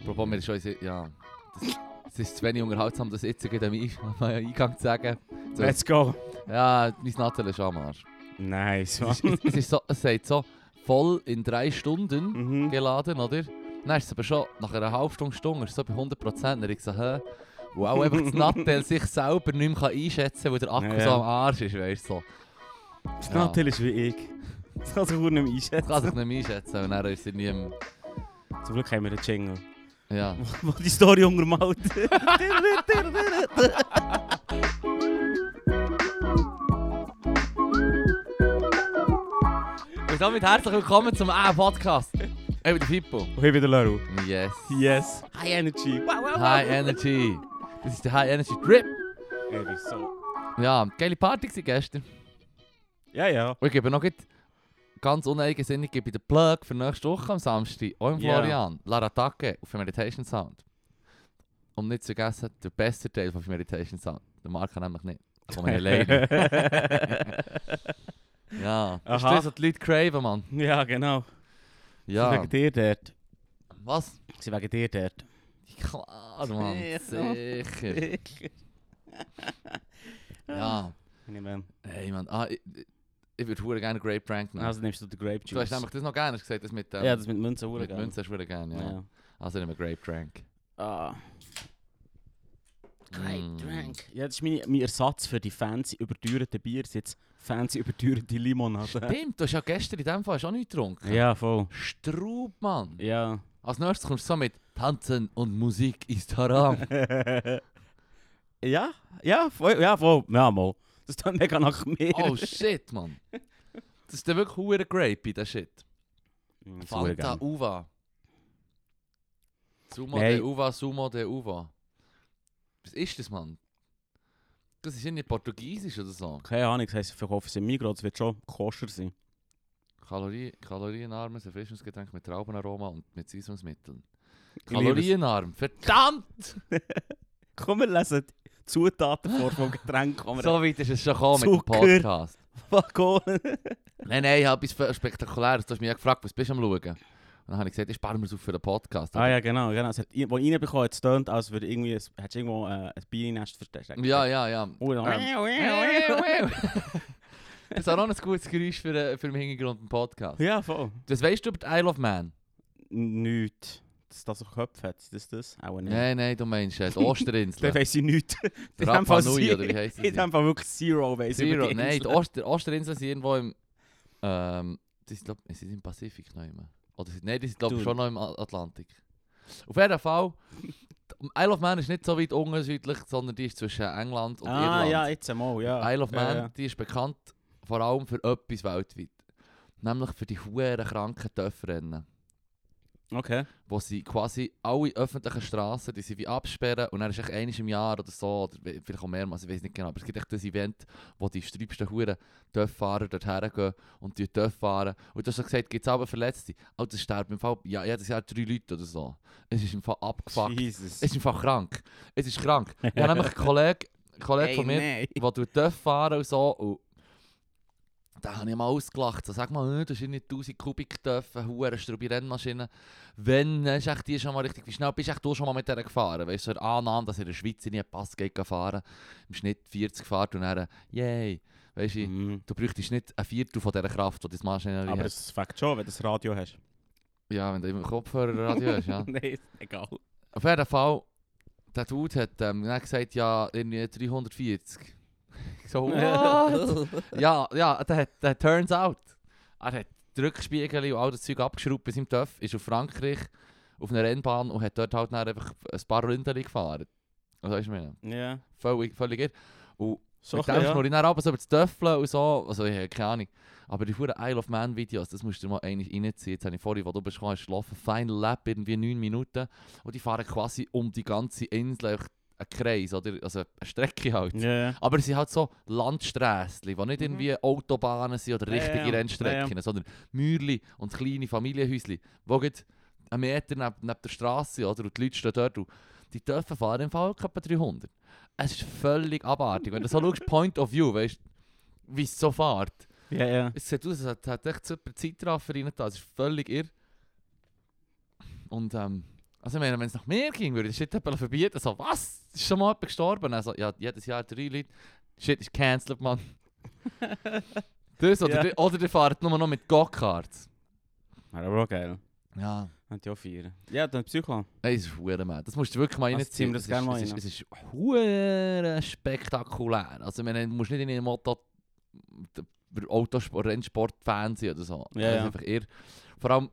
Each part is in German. Apropos, wir schon... Ja, das, es ist zu wenig unterhaltsam, das jetzt gerade am Ein- am Eingang zu sagen. So, Let's go. Ja, mein Nattel ist am Arsch. Es, Nice, Mann. ist, es, es, ist so, es sagt so, voll in drei Stunden Mhm. geladen, oder? Dann ist es aber schon, nach einer halben Stunde, Stunde ist es so bei 100 Prozent. Dann habe ich gesagt, hä? Wo auch einfach das Nattel sich selber nicht mehr einschätzen kann, weil der Akku Ja, ja. so am Arsch ist, weißt du. So. Das Ja. Nattel ist wie ich. Das kann sich auch nicht mehr Das kann einschätzen. sich nicht mehr einschätzen und dann ist er nie im... Zum Glück haben wir einen Jingle. Ja. Wo die Story untermalt. Und damit herzlich willkommen zum A-Podcast. Ich bin der Fippo. Und ich bin der Laru. Yes. Yes. High Energy. Wow, wow, wow. High Energy. Das ist der High Energy Trip. Ey, wie so. Ja, geile Party gewesen gestern. Ja, ja. Und ich gebe noch grad- ganz uneigensinnig gebe ich den Plug für nächste Woche am Samstag. Auch im Ja. Oh, Florian. Laratake auf dem Meditation Sound. Um nicht zu vergessen, der beste Teil von Meditation Sound. Der Marc kann nämlich nicht. Da komme ich alleine. Ja. Dus Das ist Aha. das, was die Leute craven, Mann. ja, genau. Sie Ja. wegen dir dort. Was? Sie wegen dir dort. Klar, Mann. Ja. Sicher. Ja. Nehme, Hey, Mann. Ah, ich, ich- ich würde hure gerne Grape Prank nehmen. also nimmst du den Grape Juice. du hast nämlich das noch gerne hast du gesagt, das mit ähm, Nou, ja, das mit Münzen mit geil. Münzen hast du hure gerne, ja. Ja. Also nehmen wir Grape Prank. Ah. Mm. Grape Drink. Ja, das ist meine, mein Ersatz für die fancy überteuerten Bier. ist Jetzt fancy überteuerte Limonade. Stimmt, du hast ja gestern in dem Fall hast du auch nicht getrunken. Also, Ja, voll. Straub, Mann. Ja. Als nächstes kommst du so mit Tanzen und Musik ist haram. ja, ja, voll. Ja, voll. Ja, mal. Das tut mega nach mir. oh shit, Mann. Das ist dann wirklich hure Grape, der Shit. Mm, das ist verdammt Fanta geil. Uva. Sumo Nein. de Uva, Sumo de Uva. Was ist das, Mann? Das ist irgendwie Portugiesisch oder so. Keine Ahnung, das heisst, ich verkaufe es im Migros, das wird schon koscher sein. Kalorien, kalorienarmes Erfrischungsgetränk mit Traubenaroma und mit Saisonsmitteln. liebe es. Kalorienarm, verdammt! Komm, wir lesen die Zutaten vor vom Getränk. Komm, So weit ist es schon gekommen mit dem Zucker. Podcast. Alkohol. Nein, nein, ich habe etwas Spektakuläres. Du hast mich ja gefragt, was bist du am Schauen? Und dann habe ich gesagt, ich spare mir es auf für den Podcast. Ah ja, genau, genau. Es hat, wo ich reinbekommen habe, es tönt, als würde irgendwie, es hättest du irgendwo äh, ein Bienennest versteckt. ja, ja, ja. Oh, dann, das war auch noch ein gutes Geräusch für, äh, für den Hintergrund im Podcast. Dus ja, voll. Das weißt du über die Isle of Man? Nichts. Dass das einen Kopf hat, ist das das? Auch nicht. Nein, nein, du meinst äh, die Dann Osterinsel. weiss ich nichts. In dem Rapa Fall Nui, sie- oder wie heisst In das? dem Fall wirklich Zero weiss ich über Zero, die nein, die Insel. Oster, Osterinseln sind irgendwo im. Ähm, die sind, glaub, sie sind im Pazifik noch immer. Oder sind, nein, die sind glaub, ich, Du. schon noch im A- Atlantik. Auf jeden Fall, die Isle of Man ist nicht so weit unten südlich, sondern die ist zwischen England und Ah Irland. ja, jetzt einmal, ja. Isle of Ja, Man, ja. die ist bekannt vor allem für etwas weltweit. Nämlich für die huere kranken Töpfrennen, Okay. wo sie quasi alle öffentlichen Straßen, die sie wie absperren und dann ist echt eines im Jahr oder so, oder we- vielleicht auch mehrmals, ich weiß nicht genau, aber es gibt echt das Event, wo die sträubsten huren Töpffahrer dorthin gehen und die Töpfe fahren. Und du hast so gesagt, gibt es aber Verletzte? Oh, das sterben im Fall, ja, jedes Jahr drei Leute oder so. Es ist im Fall abgefuckt. Jesus. Es ist im Fall krank. Es ist krank. Ich habe nämlich einen Kollegen, einen Kollegen von mir, nein. wo du darf fahren und so. Und da habe ich mal ausgelacht. So, sag mal, äh, das sind nicht 1000 Kubik dürfen, hure strube Rennmaschine. Wenn, dann ist echt die schon mal richtig. Wie schnell bist echt du schon mal mit der gefahren? Weißt du, so eine Annahme, dass in der Schweiz nicht einen Pass geht fahren. Im Schnitt 40 fährt und dann, yay. Weißt du, Mhm. du bräuchtest nicht ein Viertel von dieser Kraft, die das Maschine Aber hat. es fängt schon, wenn du das Radio hast. Ah. Ja, wenn du immer Kopfhörerradio hast, ja. nein, ist egal. Auf jeden Fall, der Dude hat ähm, dann gesagt, ja, eh, irgendwie 340. Ich so, what? ja, ja, der hat, der turns out. Er hat die Rückspiegel und all das Zeug abgeschraubt bei seinem Töff, ist auf Frankreich auf einer Rennbahn und hat dort halt dann einfach ein paar Runden gefahren. Also, weißt du, was ich meine? Ja. Völlig, völlig irre. Und So mit ein dem bisschen, schnurre ich dann ab, so über das Töffeln und so. Also, ich habe keine Ahnung. Aber die verdammten Isle of Man Videos, das musst du dir mal eigentlich reinziehen. Jetzt habe ich vorhin, wo du bist, gekommen, schlafen. Final Lap, irgendwie 9 Minuten. Und die fahren quasi um die ganze Insel, einfach einen Kreis, oder? Also, eine Strecke halt. ja. Ja, ja. Aber es sind halt so Landstraßen, die nicht Mhm. irgendwie Autobahnen sind oder Ja, ja, richtige ja. Rennstrecken, Ja, sondern Mäuerli und kleine Familienhäuschen, wo gerade einen Meter neben, neben der Straße oder und die Leute stehen dort und die dürfen fahren im Fall etwa 300. Es ist völlig abartig. Wenn du so schaust, Point of View, weißt wie es so fährt. Ja, ja. Es sieht aus, als hat, hat echt super Zeitraffer rein da. Es ist völlig irr. Und ähm, Also, ich meine, wenn es nach mir ging, würde ich den Shit verbieten. So, was? Ist schon mal jemand gestorben? Also, ja, jedes Jahr drei Leute. Shit ist cancelled, Mann. das, oder, Ja. die, oder die fahren nur noch mit Go-Karts. Wäre aber auch geil. Ja. Hätte ich auch vier. Ja, dann Psycho. Ey, das ist verdammt, man. Das musst du wirklich mal Also reinziehen. ziehen wir das gerne mal ist, es, rein. ist, es ist hure spektakulär. Also, ich meine, du musst nicht in einem Motto Autosport, Rennsport-Fan sein oder so. Ja, das ist ja. einfach eher. Vor allem,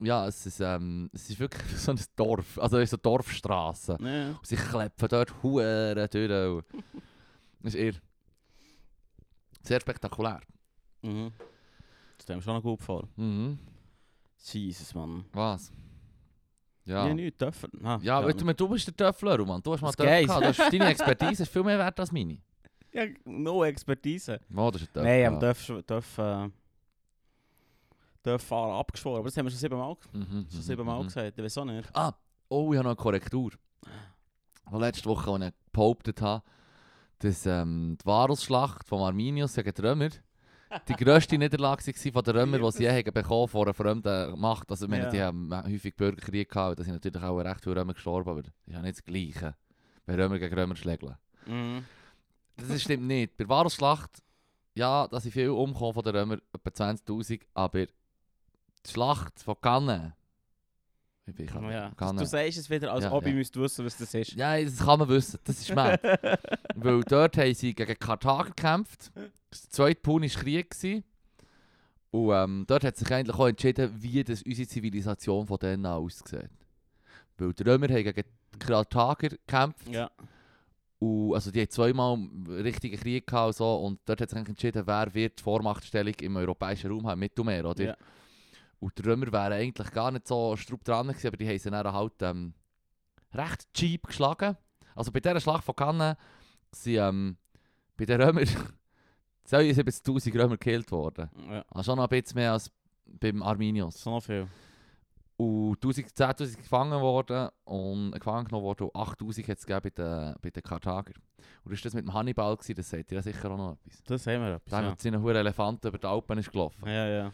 ja, es ist, ähm, es ist wirklich so ein Dorf. Also, es ist so Dorfstraße. Ja. Und sie klepfen dort hure durch. auch. Das ist eher sehr spektakulär. Mhm. Das stelle ich mir schon noch gut vor. Mhm. Jesus, Mann. Was? Ja, Ja. ja nichts dürfen. Ah, Ja, weil du, weil du bist der Töffler, Mann. Du hast mal Das Töffel Geis. gehabt. Du hast, deine Expertise ist viel mehr wert als meine. ja, no Expertise. Oh, das ist ein Töffler. Nein, aber darf, darf, äh, darf fahren abgeschworen. Aber das haben wir schon siebenmal, Mhm, schon mhm, siebenmal mhm. gesagt. Ich weiß auch nicht. Ah, oh, ich habe noch eine Korrektur. Von letzte Woche, als ich behauptet habe, dass ähm, die Varusschlacht von Arminius gegen die Römer die grösste Niederlage war von den Römern, die sie je haben bekommen von einer fremden Macht. Also, ich meine, Ja. die ehm, haben häufig Bürgerkrieg gehabt, da sind natürlich auch recht viele Römer gestorben, aber das ist ja nicht das Gleiche, wenn Römer gegen Römer schlägeln. Mhm. Das ist- stimmt nicht. Bei der Varusschlacht, ja, da sind viele umgekommen von den Römern, etwa 20'000, aber die Schlacht von Cannae, ich bin Ja. Dus Du Cannae. sagst es wieder, als Ja, ob ich ja. müsste wissen, was das ist. Ja, das kann man wissen, das ist mad. Weil dort haben sie gegen Karthager gekämpft. Das war der zweite Punische Krieg. Gewesen. Und ähm, dort hat sich eigentlich auch entschieden, wie das unsere Zivilisation von denen aussieht. Weil die Römer haben gegen die Karthager gekämpft. ja. Und, also die haben zweimal einen richtigen Krieg gehabt und, so, und dort hat sich eigentlich entschieden, wer wird die Vormachtstellung im europäischen Raum haben, im Mittelmeer, oder? Ja. Und die Römer wären eigentlich gar nicht so straub dran gewesen, aber die haben sie dann halt ähm, recht cheap geschlagen. Also bei dieser Schlacht von Cannes sind ähm, bei den Römern 72'000 Römer gekillt worden. ja. Also schon noch ein bisschen mehr als beim Arminius. So noch viel. Und 1000, 10.000 gefangen worden und äh, gefangen genommen worden und 8000 hat es gegeben bei den, bei den Karthager. Und ist das mit dem Hannibal gewesen, das sagt ihr ja sicher auch noch etwas. Das haben wir Da haben etwas. mit seinen hohen Elefanten über die Alpen ist gelaufen. Ja, ja.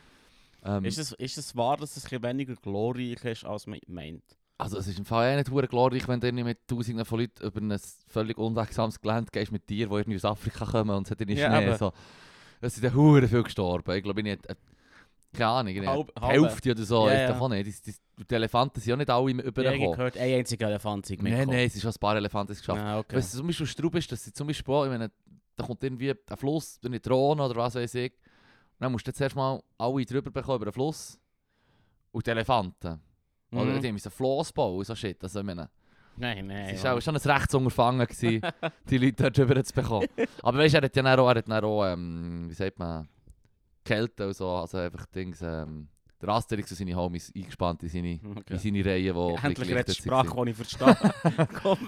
ja. Ähm, Ist, es, ist es wahr, dass es ein bisschen weniger glorreich ist, als man meint? also es ist im Fall eh nicht hure glorreich, wenn du irgendwie mit tausenden von Leuten über ein völlig unwegsames Gelände gehst mit Tieren, die irgendwie aus Afrika kommen und es hat irgendwie Ja, Schnee. eben. so. Es sind hure viel gestorben. Ich glaube, ich nicht... Äh, keine Ahnung, ich Halb- nicht, die halbe. Hälfte oder so. Ja, ist ja. davon nicht. Die, die, die Elefanten sind ja nicht alle Ich habe übergekommen. gehört, ein einziger Elefant sei Nein, nein, es ist schon ein paar Elefanten die es geschafft. Ah, okay. Wenn es zum Beispiel Straub ist, dass sie zum Beispiel, auch, ich meine, da kommt irgendwie ein Fluss, eine Drohne oder was weiß ich. Und dann musst du jetzt erstmal alle drüber bekommen über den Fluss. Und die Elefanten. Oder Mhm. die müssen Floss bauen und so shit. Also ich meine, Nein, nein. es Mann. war auch schon ein Rechtsunterfangen, gewesen, die Leute dort drüber zu bekommen. Aber weißt du, er hat ja dann auch, er hat dann auch ähm, wie sagt man, Kälte und so. Also einfach Dings, ähm, der Asterix und seine Homies eingespannt in seine, in Okay. seine Reihen, die Endlich gelichtet redest sind. du Sprache, die ich verstehe. Komm,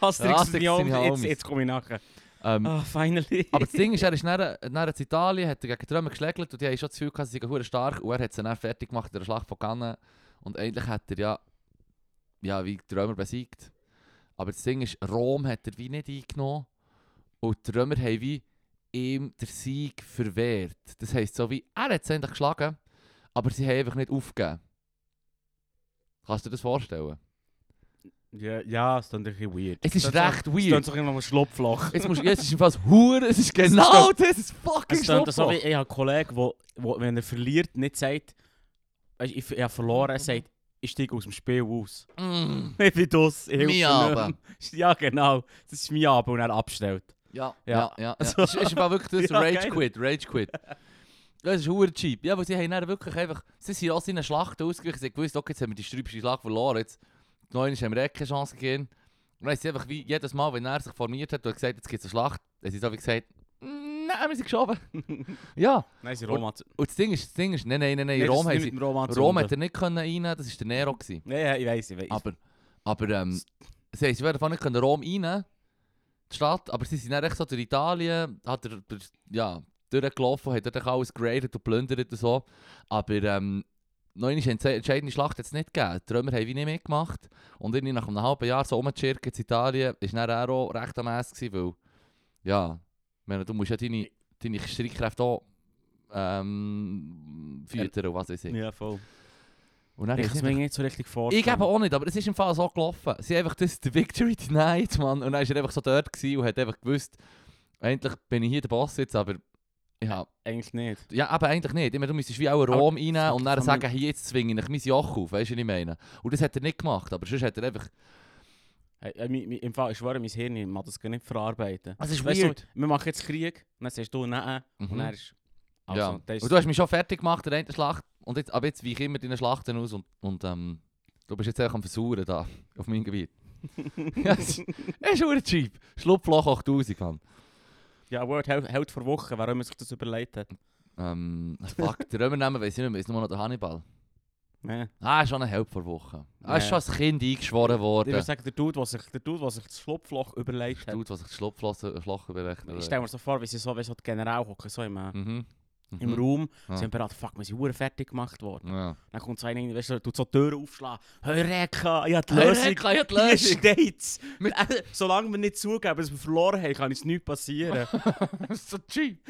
Asterix und Asterix sind ja Union, Homies. jetzt, jetzt komme ich nachher. Ähm, Ah, finally. Aber das Ding ist, er ist nachher, nachher in Italien, hat er gegen die Römer geschlägelt und die haben schon das Gefühl gehabt, sie sind verdammt stark und er hat sie dann fertig gemacht in der Schlacht von Cannes und eigentlich hat er ja, ja wie die Römer besiegt. Aber das Ding ist, Rom hat er wie nicht eingenommen und die Römer haben wie ihm den Sieg verwehrt. Das heisst so wie, er hat sie endlich geschlagen, aber sie haben einfach nicht aufgegeben. Kannst du dir das vorstellen? Ja, ja, es ist ein bisschen weird. Es ist Das klingt- recht Es klingt weird. so ein bisschen nach einem Schlupfloch. Jetzt musst, jetzt ist im Fall Hure, es ist genau das, es ist fucking Es klingt so Schlupfloch. wie, ich habe einen Kollegen, wo, wo, wenn er verliert, nicht sagt, weisst du, ich, ich habe verloren, er sagt, ich steige aus dem Spiel aus. Mm. Ich bin das, ich Mein Abend. Ja, genau. Das ist mein Abend und er abstellt. Ja, ja, Ja. ja. ja. Das ist aber wirklich das Ja, Rage geil. Quit, Rage Quit. Das ist hure cheap. Ja, weil sie haben dann wirklich einfach, sie sind aus seinen Schlachten ausgewichen, sie haben gewusst, okay, jetzt haben wir die sträubste Schlacht verloren, jetzt neun haben wir eh keine Chance gegeben. Und dann haben sie einfach wie jedes Mal, wenn er sich formiert hat und gesagt, jetzt gibt es eine Schlacht, haben sie so wie gesagt, «Mm, nein, wir sind geschoben. ja, Nein, sie Und- Roma. zu- und das Ding ist, das Ding ist, nein, nein, nein, nein, Nein, das Rom, ist haben nicht sie, mit dem Roma zu Rom tun. hat er eh, nicht können reinnehmen, das war der Nero. Gewesen. Ja, ja, ich weiß, ich weiß. Aber, aber ähm, sie, haben- sie werden von nicht können Rom rein, die Stadt, aber sie sind dann echt so durch Italien, hat er, der- ja, durchgelaufen, hat dort alles geradet und plündert und so. Aber ähm, noch eine entse- entscheidende Schlacht hat es nicht gegeben. Die Römer haben wie nicht mitgemacht. Und irgendwie nach einem halben Jahr so rumgeschirrt in Italien, war dann er auch recht am Ess, gewesen, weil, ja, ich meine, du musst ja deine, deine Streitkräfte auch ähm, füttern und was weiß ich. Ja, voll. Und dann Ich ist kann es nicht mir nicht so richtig vorstellen. Ich gebe auch nicht, aber es ist im Fall so gelaufen. Sie haben einfach das die Victory denied, Mann. Und dann ist er einfach so dort gewesen und hat einfach gewusst, eigentlich bin ich hier der Boss jetzt, aber ja, Eigentlich nicht. ja aber eigentlich nicht. Ich meine, du müsstest wie auch einen Aber Rom reinnehmen und dann kann sagen, hier, jetzt zwinge ich dich mein Joch auf, weißt du, was ich meine? Und das hat er nicht gemacht, aber sonst hat er einfach... Hey, äh, mi- mi- Im Fall, ich schwöre, mein Hirn mag das gar nicht verarbeiten. Es ist Weißt du, mhm. wir machen jetzt Krieg, und dann sagst du, nein, und dann ist... Also, Mhm. ja. das Und du hast mich schon fertig gemacht in einer Schlacht und jetzt, aber jetzt weiche ich immer deine Schlachten aus und, und ähm, du bist jetzt einfach am Versuchen da, auf meinem Gebiet. ja, es ist es ist verdammt cheap. Schlupfloch 8000, Mann. ja, Word hält, hält vor Wochen, warum man sich das überlegt hat. Ähm, fuck, den Römer nehmen weiss ich nicht mehr, ist nur noch der Hannibal. Ja. Ah, ist schon eine Held vor Wochen. Ah, ist Ja. schon als Kind eingeschworen Ich würde worden. sagen, der Dude, der sich, der Dude, der sich das Schlupfloch überlegt hat, Tut, was eh, ich das Schlupfloch Schloch ich berechnet stelle mir so vor, wie sie so, wie so die General hocken, so im, äh, Mhm. Mhm. im Raum, Ja. sie haben bereit, fuck, wir sind verdammt fertig gemacht worden. Ja. Dann kommt so einer, weißt du, tut so die Tür aufschlagen, Heureka, ich habe die Lösung, Lösung, ich hab die hier Lösung. steht's. Mit- Äh, Solange wir nicht zugeben, dass wir verloren haben, kann uns nichts passieren. so cheap.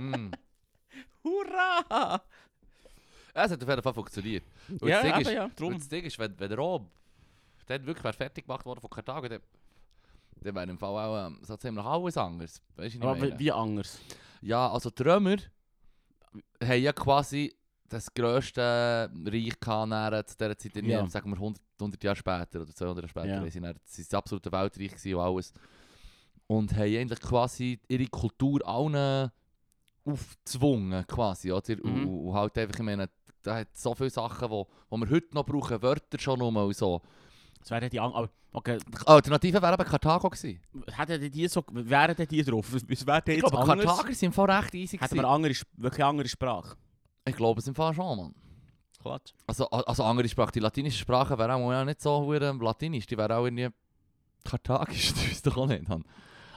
mm. Hurra! Ja, Es hat auf jeden Fall funktioniert. Und das Ja, Ding eben, ist- ja, Und drum. das Ding ist, wenn, wenn Rob dann wirklich wäre fertig gemacht worden von Karthago, dann, dann wäre im Fall auch ähm, so ziemlich alles anders. Weißt du, Aber was ich wie, meine? wie anders? Ja, also die Römer haben ja quasi das grösste Reich gehabt nachher zu dieser Zeit, in- Ja. sagen wir 100, 100 Jahre später oder 200 Jahre später. Ja. Ja. Sie waren das absolute Weltreich gewesen und alles. Und haben eigentlich quasi ihre Kultur allen aufgezwungen, quasi. Oder? Und- Mhm. Und, und halt einfach, ich meine, da hat so viele Sachen, die wo, wo wir heute noch brauchen, Wörter schon nur und so. Das wäre die oh, andere. Aber, okay, Die Alternative wäre eben Karthago gewesen. hätten die die so, wären die Dus die drauf? Was wäre Ich jetzt glaube, anders? Karthager sind voll recht easy Hätten gewesen. wir andere, Sp- wirklich andere Sprache? Ich glaube, es im Fall schon, Mann. Klar. Also, a- also andere Sprache, die latinische Sprache wäre auch ja nicht so hure latinisch, die wäre auch irgendwie karthagisch, das weiss doch auch nicht. Mann.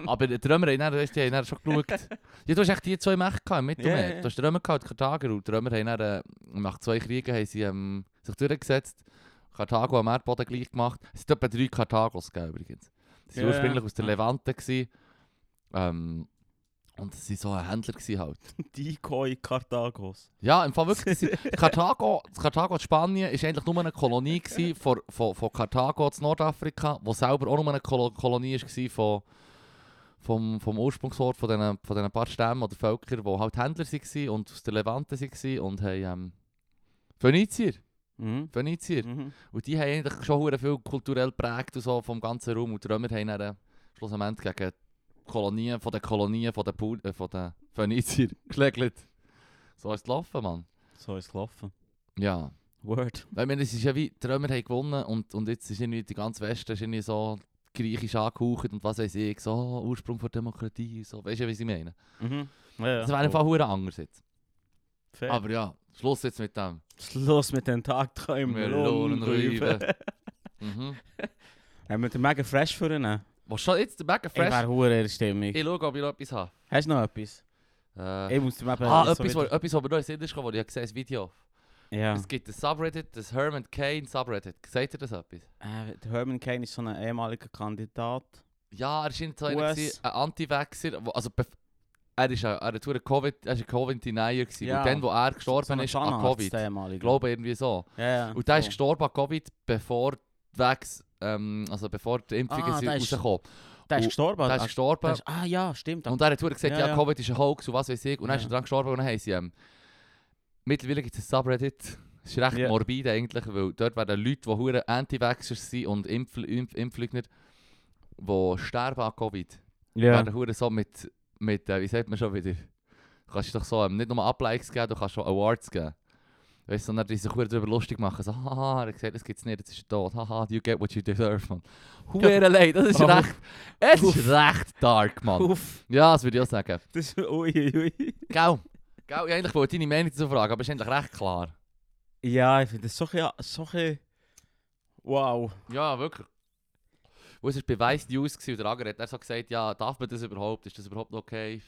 Aber die Römer haben dann, weisst du, die haben dann schon geschaut. Ja, du hast echt die zwei Mächte gehabt im Mittelmeer. Ja, ja, ja. Du hast die Römer gehabt, und die Karthager und die Römer haben dann, äh, nach zwei Kriegen haben sie, ähm, sich durchgesetzt. Karthago am Erdboden gleich gemacht. Es sind etwa drei Karthagos gegeben, übrigens. Die waren Ja, ja. ursprünglich aus der Ja. Levante. Gewesen. Ähm, und sie waren so ein Händler gewesen halt. Decoy Karthagos. Ja, im Fall wirklich. das sind- Karthago, das Karthago in Spanien war eigentlich nur eine Kolonie gewesen von, von, von Karthago zu Nordafrika, wo selber auch nur eine Kolo Kolonie war von, vom, vom Ursprungsort von diesen von diesen paar Stämmen oder Völkern, die halt Händler waren und aus der Levante waren und haben ähm, Phönizier, Mhm. Phönizier. Mhm. Und die haben eigentlich schon hure viel kulturell geprägt und so vom ganzen Raum. Und die Römer haben dann äh, schlussendlich gegen die Kolonien von den Kolonien von den, Pul äh, von den Phönizier geschlägt. So ist es gelaufen, Mann. So ist es gelaufen. Ja. Word. Weil, Ich meine, es ist ja wie, die Römer haben gewonnen und, und jetzt ist irgendwie der ganze Westen ist irgendwie so griechisch angehaucht und was weiß ich, so oh, Ursprung von Demokratie und so. Weißt du, was ich meine? Mhm. Ja, das wäre einfach hure anders jetzt. Fair. Aber ja, Schluss jetzt mit dem. Schluss mit den Tagträumen. Melonenrüben. mhm. Haben wir den Mega Fresh für ihn? Was schon jetzt der Mega Ich Fresh? wäre hure in Stimmung. Ich schaue, ob ich noch etwas habe. Hast du noch etwas? Äh, Ich muss dem eben... ah, so etwas, wo, wieder- etwas, was mir noch in den Sinn ist gekommen, wo ich gesehen habe, das Video. Ja. Es gibt ein Subreddit, das Herman Cain Subreddit. Seht ihr das etwas? Äh, der Herman Kane ist so ein ehemaliger Kandidat. Ja, er scheint so einer US. gewesen, ein Anti-Vaxxer, wo- also bef- er ist ja- er hat verdammt Covid, er ist ein Covid-Denier gewesen. Ja. Und dann, wo er gestorben so ein ist, an Zahnarzt, Covid. der Ich ehemalige. glaube irgendwie so. Ja, ja. Und der ist So. gestorben an Covid, bevor die Vax, ähm, also bevor die Impfungen Ah, sind der ist- rausgekommen. Der ist Und gestorben? Der Ah, ist gestorben der ist- Ah ja, stimmt. und er hat verdammt gesagt, Ja, ja, ja. Covid ist ein Hoax und was weiß ich. Und dann ist Ja. er dran gestorben und dann haben sie, ähm, mittlerweile gibt es ein Subreddit. Das ist recht Ja. morbide eigentlich, weil dort werden Leute, die hure Anti-Vaxxer sind und Impfl Impf Impfleugner, die sterben an Covid. Ja. ja. Werden hure so mit, mit äh, wie sagt man schon wieder? Du kannst doch so ähm, nicht nur Uplikes geben, du kannst schon Awards geben. Weißt du, sondern die sich hure darüber lustig machen. So, haha, er hat gesagt, das gibt's nicht, jetzt ist er tot. Haha, you get what you deserve, man. Hure leid, das ist Oh. recht, es ist Uff. recht dark, man. Uff. Ja, das würde ich auch sagen. Das ui, ui, ui. Gau. Gau, ich eigentlich wollte deine Meinung dazu fragen, aber es ist eigentlich recht klar. Ja, ich finde das so ein... So ein- wow. Ja, wirklich. Und es war bei Weiss News gewesen, und der Ager hat dann so gesagt, ja, darf man das überhaupt? Ist das überhaupt noch okay?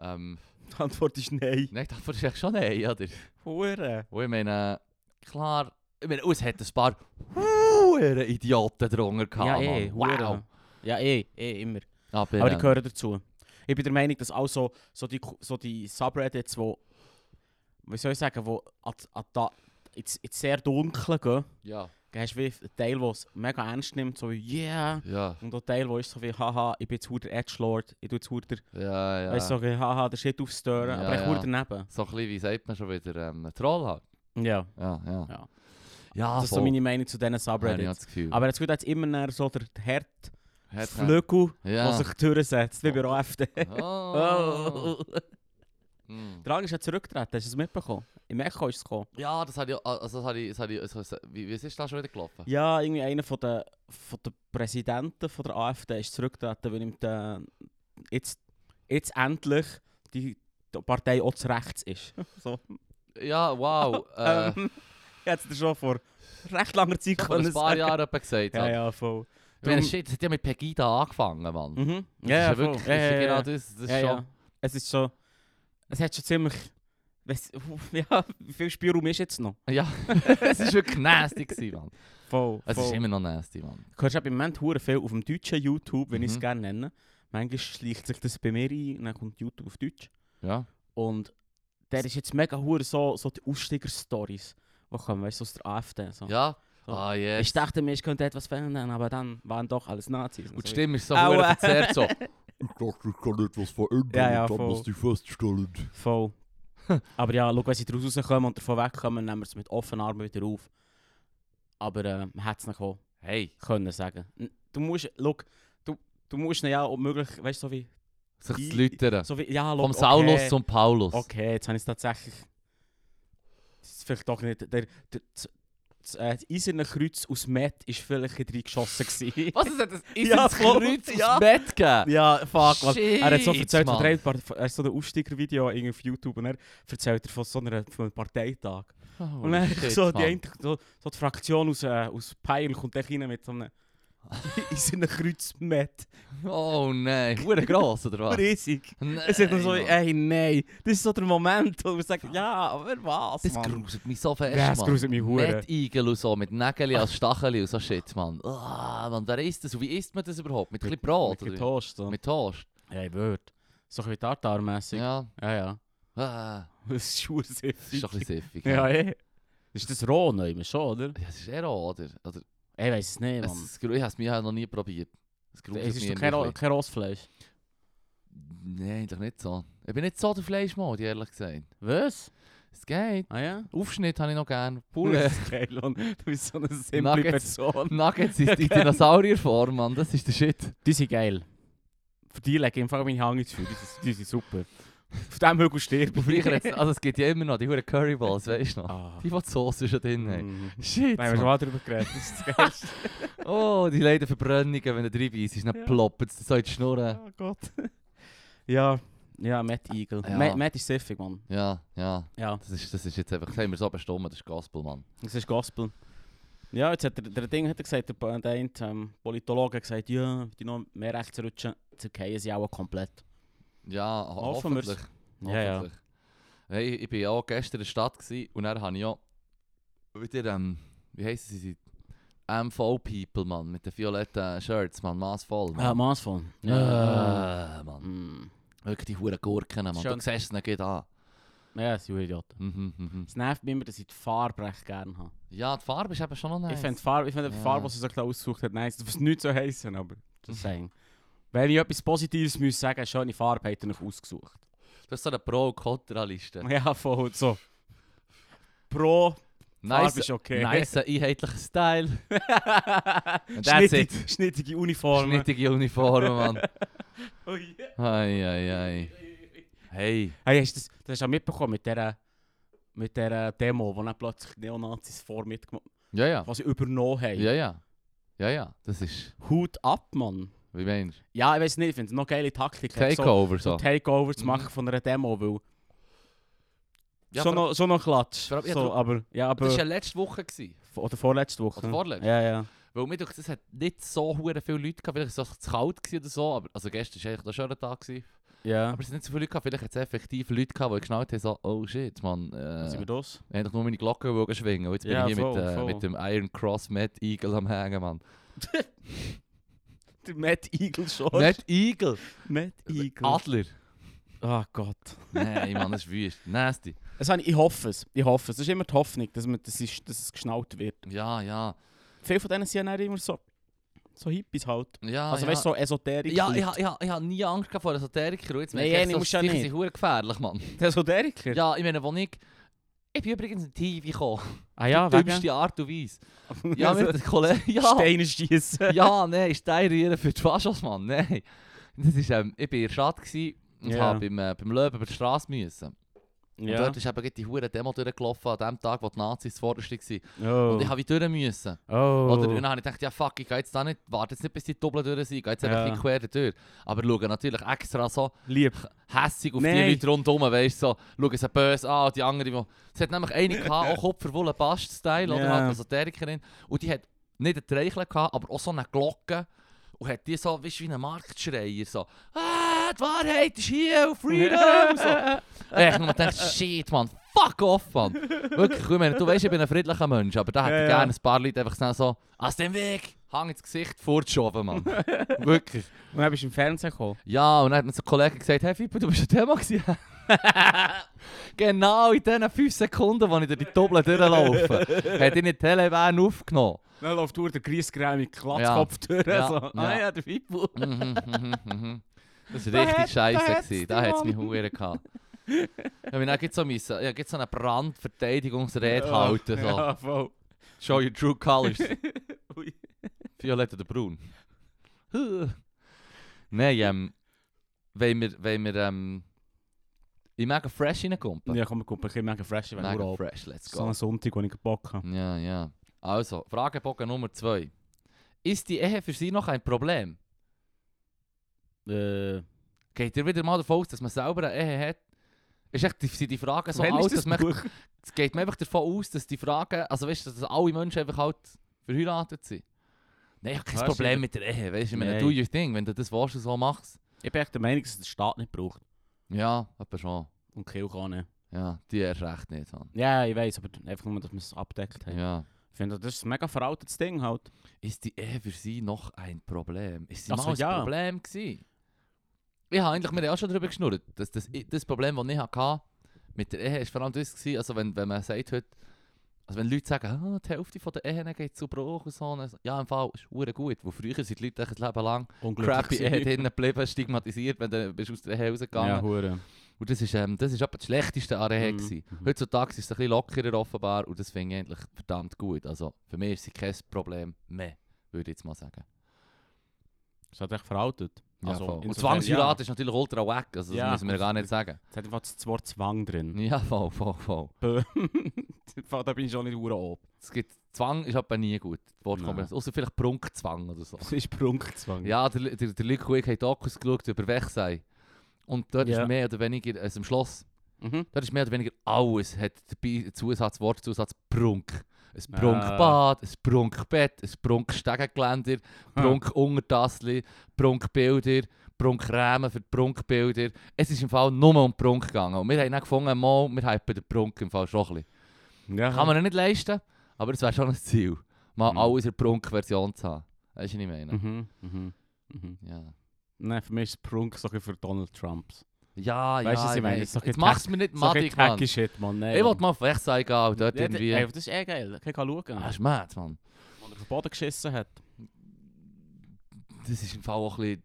Ähm, Die Antwort ist nein. nein, das ist eigentlich schon nein, oder? Hure. Und ich meine, klar, ich meine, es hat ein paar hure Idioten drunter gehabt. Ja, eh, Mann. wow. hure. Ja, eh, eh, immer. Aber, Aber ähm, ich gehöre dazu. Ich bin der Meinung, dass auch so, so, die, so die Subreddits, wo, wie soll ich sagen, wo an, an, da- ins, ins sehr Dunkle gehen, Ja, dann hast du wie einen Teil, der es mega ernst nimmt, so wie «Yeah!» ja, und auch einen Teil, der ist so wie «Haha, ich bin jetzt verdammt der Edgelord, ich tue jetzt verdammt der ja, ja. Weißt du, so, haha, der Shit aufstören, Ja, aber ich ja. wurde daneben. so ein bisschen, wie sagt man schon wieder, ähm, ein Troll halt. Ja. Ja, ja. Ja. ja das ist so meine Meinung zu diesen Habe ich auch Subreddits. das Gefühl. Aber jetzt wird jetzt immer näher so der Herd, Hat- das Flügel, der ja. sich durchsetzt, wie bei AfD. Oh. Oh. Hm. Der Rang ist ja zurückgetreten, hast du es mitbekommen? Im Echo ist es gekommen. Ja, das hatte ich, also das hatte ich, das hatte ich, das hatte ich wie, wie ist das schon wieder gelaufen? Ja, irgendwie einer von den, von den Präsidenten von der AfD ist zurückgetreten, weil ihm der, jetzt, jetzt endlich die, die Partei auch zu rechts ist. so. Ja, wow. äh, Ähm, ich hätte es dir schon vor recht langer Zeit schon vor ein können paar sagen. Jahren jemand gesagt. Ja, hat. ja, voll. Ich meine, Drum- shit, das hat ja mit Pegida angefangen, Mann. Mhm. Das Ja, ist ja, ja voll. wirklich, ja, das ist ja genau ja, ja. das. Das ist Ja, schon, ja. Es ist schon. Es hat schon ziemlich. weiss- ja, wie viel Spielraum ist jetzt noch? Ja, es war wirklich nasty, gewesen, Mann. Voll. Es voll. ist immer noch nasty, Mann. Du hörst auch im Moment hure viel auf dem deutschen YouTube, wenn ich es Mhm. gerne nenne. Manchmal schleicht sich das bei mir ein und dann kommt YouTube auf Deutsch. Ja. Und der ist jetzt mega hure so, so die Aussteiger-Stories, die kommen, weißt du, aus der AfD. So. Ja? So. Ah, yes. Ich dachte mir, ich könnte etwas verändern, aber dann waren doch alles Nazis. also Und Also die so. Stimme ist so Aua. verdammt verzerrt so. Ich dachte, ich kann etwas verändern, Ja, ja, dann voll. musst du feststellen. Voll. Aber ja, schau, wenn sie daraus rauskommen und davon wegkommen, nehmen wir es mit offenen Armen wieder auf. Aber äh, man hätte es nicht auch Hey, können sagen. N- Du musst, schau, du, du musst ihn ja auch möglich, weißt du, so wie, sich Ich- zu läutern. so wie, ja, schau, Vom okay, Saulus zum Paulus. Okay, jetzt habe ich es tatsächlich, das ist vielleicht doch nicht, der, der, das, das, äh, das eiserne Kreuz aus Met ist vielleicht ein bisschen reingeschossen gewesen. Was ist das? Ist Ja, das voll, Kreuz aufs ja. Bett gegeben? Ja, fuck, was. Shit, Er hat so erzählt, von Mann. drei Part- er hat so ein Aussteiger-Video irgendwie auf YouTube und er erzählt er von so einer, von einem Parteitag. Holy Und dann Oh, shit, so, die Mann. eine, so, so die Fraktion aus, äh, aus Peil kommt dann rein mit so einem in seinem Kreuzmet. Oh nein, hure gross oder was? Riesig. Nein, Es ist dann so, Mann. Äh, ey nein, das ist so der Moment, wo man sagt, ja, aber was, Das Mann. gruselt mich so fest, Ja, das Mann. gruselt mich hure. Nicht Igel und so, mit Nägeln als Stachel und so Shit, Mann. Ah, Mann, wer isst das und wie isst man das überhaupt? Mit ein bisschen Brot? Mit oder? Toast. So. wie? mit Toast? Ja, ich würde. So ein bisschen tartarmässig. Ja. Ja. ja, ja. Ah, Das ist schwer das ist doch ein bisschen siffig. Ja, eh. Ist das roh neu, schon, oder? Ja, es ist eher roh, oder? oder Ich weiß es nicht, Mann. es, es, gru- ich habe es mir noch nie probiert. Es gruselt Es ist mich doch kein, irgendwie Ro- kein Rostfleisch. ein bisschen. Nein, doch nicht so. Ich bin nicht so der Fleischmod, ehrlich gesagt. Was? Es geht. Ah ja? Aufschnitt habe ich noch gerne. Poulet. Das ist geil, und du bist so eine simple Nuggets. Person. Nuggets ist die Dinosaurierform, Mann. Das ist der Shit. Die sind geil. Für die lege ich einfach meine Hand ins Feuer. Die sind- Die sind super. Auf dem Hügel stirb Und früher hat's- also es gibt ja immer noch die huren Curryballs, weißt du noch? Ah. Die, die die Soße schon drin haben. Mhm. Shit, Nein, wir haben schon Mann. mal darüber geredet. Das ist das Geilste. Oh, die leiden Verbrennungen, wenn du rein bist. Dann Ja. ploppen sie so in die Schnurren. oh Gott. Ja. Ja, Matt Eagle. Ja. Matt, Matt ist siffig, Mann. Ja, ja. Ja, Das ist, das ist jetzt einfach... Das haben wir so bestimmt, das ist Gospel, Mann. das ist Gospel. Ja, jetzt hat der, der Ding hat er gesagt, der, der eine, ähm, Politologe hat gesagt, ja, die noch mehr rechts rutschen, zerkehren sie auch komplett. Ja, ho Hoffen wir's. hoffentlich. Ja, ja. Hoffentlich. Hey, ich war ja auch gestern in der Stadt gewesen, und dann habe ich ja wieder, ähm, wie heissen sie, MV-People, Mann, mit den violetten Shirts, Mann, massvoll, Ah, Mann. Maßvoll. Eh. Äh, Mann. Mm. Wirklich die huren Gurken, Mann. Schön. Du siehst es nicht an. Ja, sie sind Idioten. Mhm, mhm. Es nervt mich immer, dass ich die Farbe recht gerne habe. Ja, die Farbe ist eben schon noch nice. Ich finde die Farbe, ich find die Ja. Farbe, die sie so klar ausgesucht hat, nice. Das muss nicht so heißen, aber das sagen. Wenn ich etwas Positives muss sagen, schöne Farbe hat er euch ausgesucht. das ist so eine Pro- und Contra-Liste. Ja, voll so. Pro Farbe Nice, ist okay. nice einheitlicher Style. And that's Schnittig, schnittige Uniformen. Schnittige Uniform, Mann. Oh yeah. Ei, ei, ei. Hey. Hey, hast du das, das hast du auch mitbekommen mit dieser, mit dieser eh, Demo, wo dann plötzlich Neonazis vor mitgemacht Ja, ja. was sie übernommen haben. Ja, ja. Ja, ja. Das ist... Hut ab, Mann. Wie meinst du? Ja, ich weiß nicht, ich finde es noch geile Taktik. so- Takeover so. so Takeover zu Mhm. machen von einer Demo, weil Ja, schon, vor- noch, schon noch Klatsch. vor allem- ja, so, darum- aber, ja, aber, Das war ja letzte Woche. Gewesen, oder vorletzte Woche. Oder vorletzte. Ja, ja. weil mir dachte, es hat nicht so hure viele Leute gehabt. Vielleicht war es auch zu kalt gewesen oder so. Aber, also gestern war eigentlich noch schon ein Tag. Gewesen. ja. Aber es sind nicht so viele Leute gehabt. Vielleicht hat es effektiv Leute gehabt, die geschnallt haben, so, oh shit, man. Was sind wir Äh, das? eigentlich nur meine Glocke wollen schwingen. Und jetzt Ja, bin ich hier voll, mit, äh, voll. mit dem Iron Cross Mad Eagle am Hängen, Mann. Der Matt Eagle Short. Mad Eagle? Matt Eagle. Adler. Oh Gott. Nein, Mann, das ist wüst. Nasty. Das habe ich, ich hoffe es. Ich hoffe es. Das ist immer die Hoffnung, dass, man, das ist, dass es geschnallt wird. Ja, ja. Viele von denen sind dann immer so, so Hippies halt. ja Also Ah, ja. weißt du, so esoterik. Ja, Leute. ich, ha- ich, ha- ich habe nie Angst gehabt vor Esoterikern. und Jetzt Nein, merke ich, nee, so, musst du ja die nicht. sind verdammt gefährlich, Mann. Die Esoteriker? Ja, ich meine, wo ich... Ich bin übrigens in die TV gekommen. Ah ja, Die wegen... dümmste Art und Weise. Ja, Ja, mit mit den Kollegen... Ja, Steine schiessen. ja nein, Steirieren für die Faschos, Mann. Nein. Das ist, ähm, ich war in der Stadt gewesen und Ja. habe beim, äh, beim Löwen über die Straße müssen. Und dort ist eben gerade die hure Demo durchgelaufen, an dem Tag, wo die Nazis zuvorderst waren. Oh. Und ich habe wieder durch müssen. oh. Oder und dann habe ich gedacht, ja fuck, ich gehe jetzt da nicht, warte jetzt nicht bis die Doppel durch sind, ich gehe jetzt einfach Ja. ein bisschen quer durch. Aber schauen natürlich extra so Lieb. hässig auf Nein. die Leute rundherum, weißt du, so, schauen sie böse an, und die andere, die... Es hat nämlich eine gehabt, auch Kupferwolle Bast-Style, oder Ja. halt also Derikerin, und die hat nicht einen Treichel gehabt, aber auch so eine Glocke, und hat die so, weißt du, wie ein Marktschreier, so, ah, die Wahrheit ist hier, und Freedom, so. Ey, ich habe gedacht, shit, man, fuck off, man. Wirklich, ich meine, du weißt, ich bin ein friedlicher Mensch, aber da hätte Ja, ich ja. gerne ein paar Leute einfach schnell so, aus dem Weg, hang ins Gesicht, fortschoben, man. Wirklich. Und dann bist du im Fernsehen gekommen. Ja, und dann hat mir so ein Kollege gesagt, hey Fippo, du bist ein Thema gewesen. genau in diesen 5 Sekunden, wo ich durch die Doppel durchlaufe, hat ihn in die Televan aufgenommen. Dann läuft durch der Grießgräme mit Glatzkopf durch. Ja. So. Ah Ja. ja, der Fippo. Mhm, mhm, mhm. das war Da hat- richtig scheiße. da hat's gewesen. dich, Da hat es mich Mann. Huren gehabt. Ja, aber dann gibt es so, müssen- ja, gibt's so eine Brandverteidigungsrede Ja. halten. So. Ja, voll. Show your true colors. Ui. Violett oder braun. Nein, ähm, wenn wir, wenn wir ähm, in mega fresh reinkommen. Ja, komm, komm, ich bin mega fresh, wenn Mega Urlaub. fresh, let's So go. einen Sonntag, wo ich Bock habe. Ja, ja. Also, Fragebogen Nummer 2. Ist die Ehe für Sie noch ein Problem? Äh, Eh, Geht ihr wieder mal davon aus, dass man selber eine Ehe hat? Ist echt, die- sind die Fragen so wann alt, ist dass man, Buch? es geht man einfach davon aus, dass die Fragen, also weißt du, dass alle Menschen einfach halt verheiratet sind? Nein, ich habe kein Weißt du, Problem mit der Ehe, weißt du, ich meine, Nein. do your thing, wenn du das willst und so machst. Ich bin echt der Meinung, dass es der Staat nicht braucht. Ja, aber schon. Und Kiel kann nicht. Ja, die erst recht nicht, Mann. Ja, ich weiß, aber einfach nur, dass wir es abdeckt haben. Ja. Ich finde, das ist ein mega veraltetes Ding halt. Ist die Ehe für sie noch ein Problem? Ist sie Ach so, mal ein ja. Problem gewesen? Ich habe eigentlich, wir haben ja auch schon darüber geschnurrt, dass das, das Problem, das ich hatte mit der Ehe, ist vor allem das gewesen, also wenn, wenn man sagt heute, also wenn Leute sagen, ah, die Hälfte von der Ehen geht zu Bruch und so, dann so, ja, im Fall ist hure gut, wo früher sind die Leute echt ein Leben lang crappy Ehe gewesen. hinten geblieben, stigmatisiert, wenn du bist aus der Ehe rausgegangen Ja, hure. Und das ist, ähm, das ist etwa das Schlechteste an der Ehe Mhm. gewesen. Mhm. Heutzutage ist es ein bisschen lockerer offenbar und das finde ich eigentlich verdammt gut. Also für mich ist sie kein Problem mehr, würde ich jetzt mal sagen. Es hat echt veraltet. Ja, Also, voll. Und insofern, Zwangsjurat ja. ist natürlich ultra wack, also das Ja, Mhm. müssen wir gar nicht sagen. Es hat einfach das Wort Zwang drin. Ja, voll, voll, voll. Bö. da bin ich schon nicht hure ob. Es gibt, Zwang ist aber nie gut, die Wortkombination. Außer vielleicht Prunkzwang oder so. Das ist Prunkzwang. Ja, der, der, der Luke und ich haben Dokus geschaut über Wechsei. Und dort Ja. ist mehr oder weniger, also im Schloss, Mhm. dort ist mehr oder weniger alles, hat dabei Zusatzwort, Zusatz Prunk. Ein Ah. Prunkbad, ein Prunkbett, ein Prunkstegengeländer, Prunkuntertassli, Prunkbilder, Prunkrämen für die Prunkbilder. Es ist im Fall nur um Prunk gegangen. Und wir haben dann gefunden, mal, wir hypen den Prunk im Fall schon ein bisschen. Ja. Kann man ihn nicht leisten, aber es wäre schon ein Ziel, mal Mhm. alles in der Prunk-Version zu haben. Weißt du, was ich meine? Mhm. Mhm. Mhm. Ja. Nein, für mich ist Prunk so ein bisschen für Donald Trumps. Ja, ja, Weißt du, was ich meine? weiss. So ein Jetzt bisschen mach's mir nicht So ein madig, bisschen Mann. tacky Shit, Mann. Nein, Ich Mann. wollte mal auf Wechsei gehen und dort Ja, d- irgendwie... ey, Das ist eh geil. Ich kann schauen. Ah, ist mad, Mann. Als er auf den Boden geschissen hat. Das ist im Fall auch ein bisschen...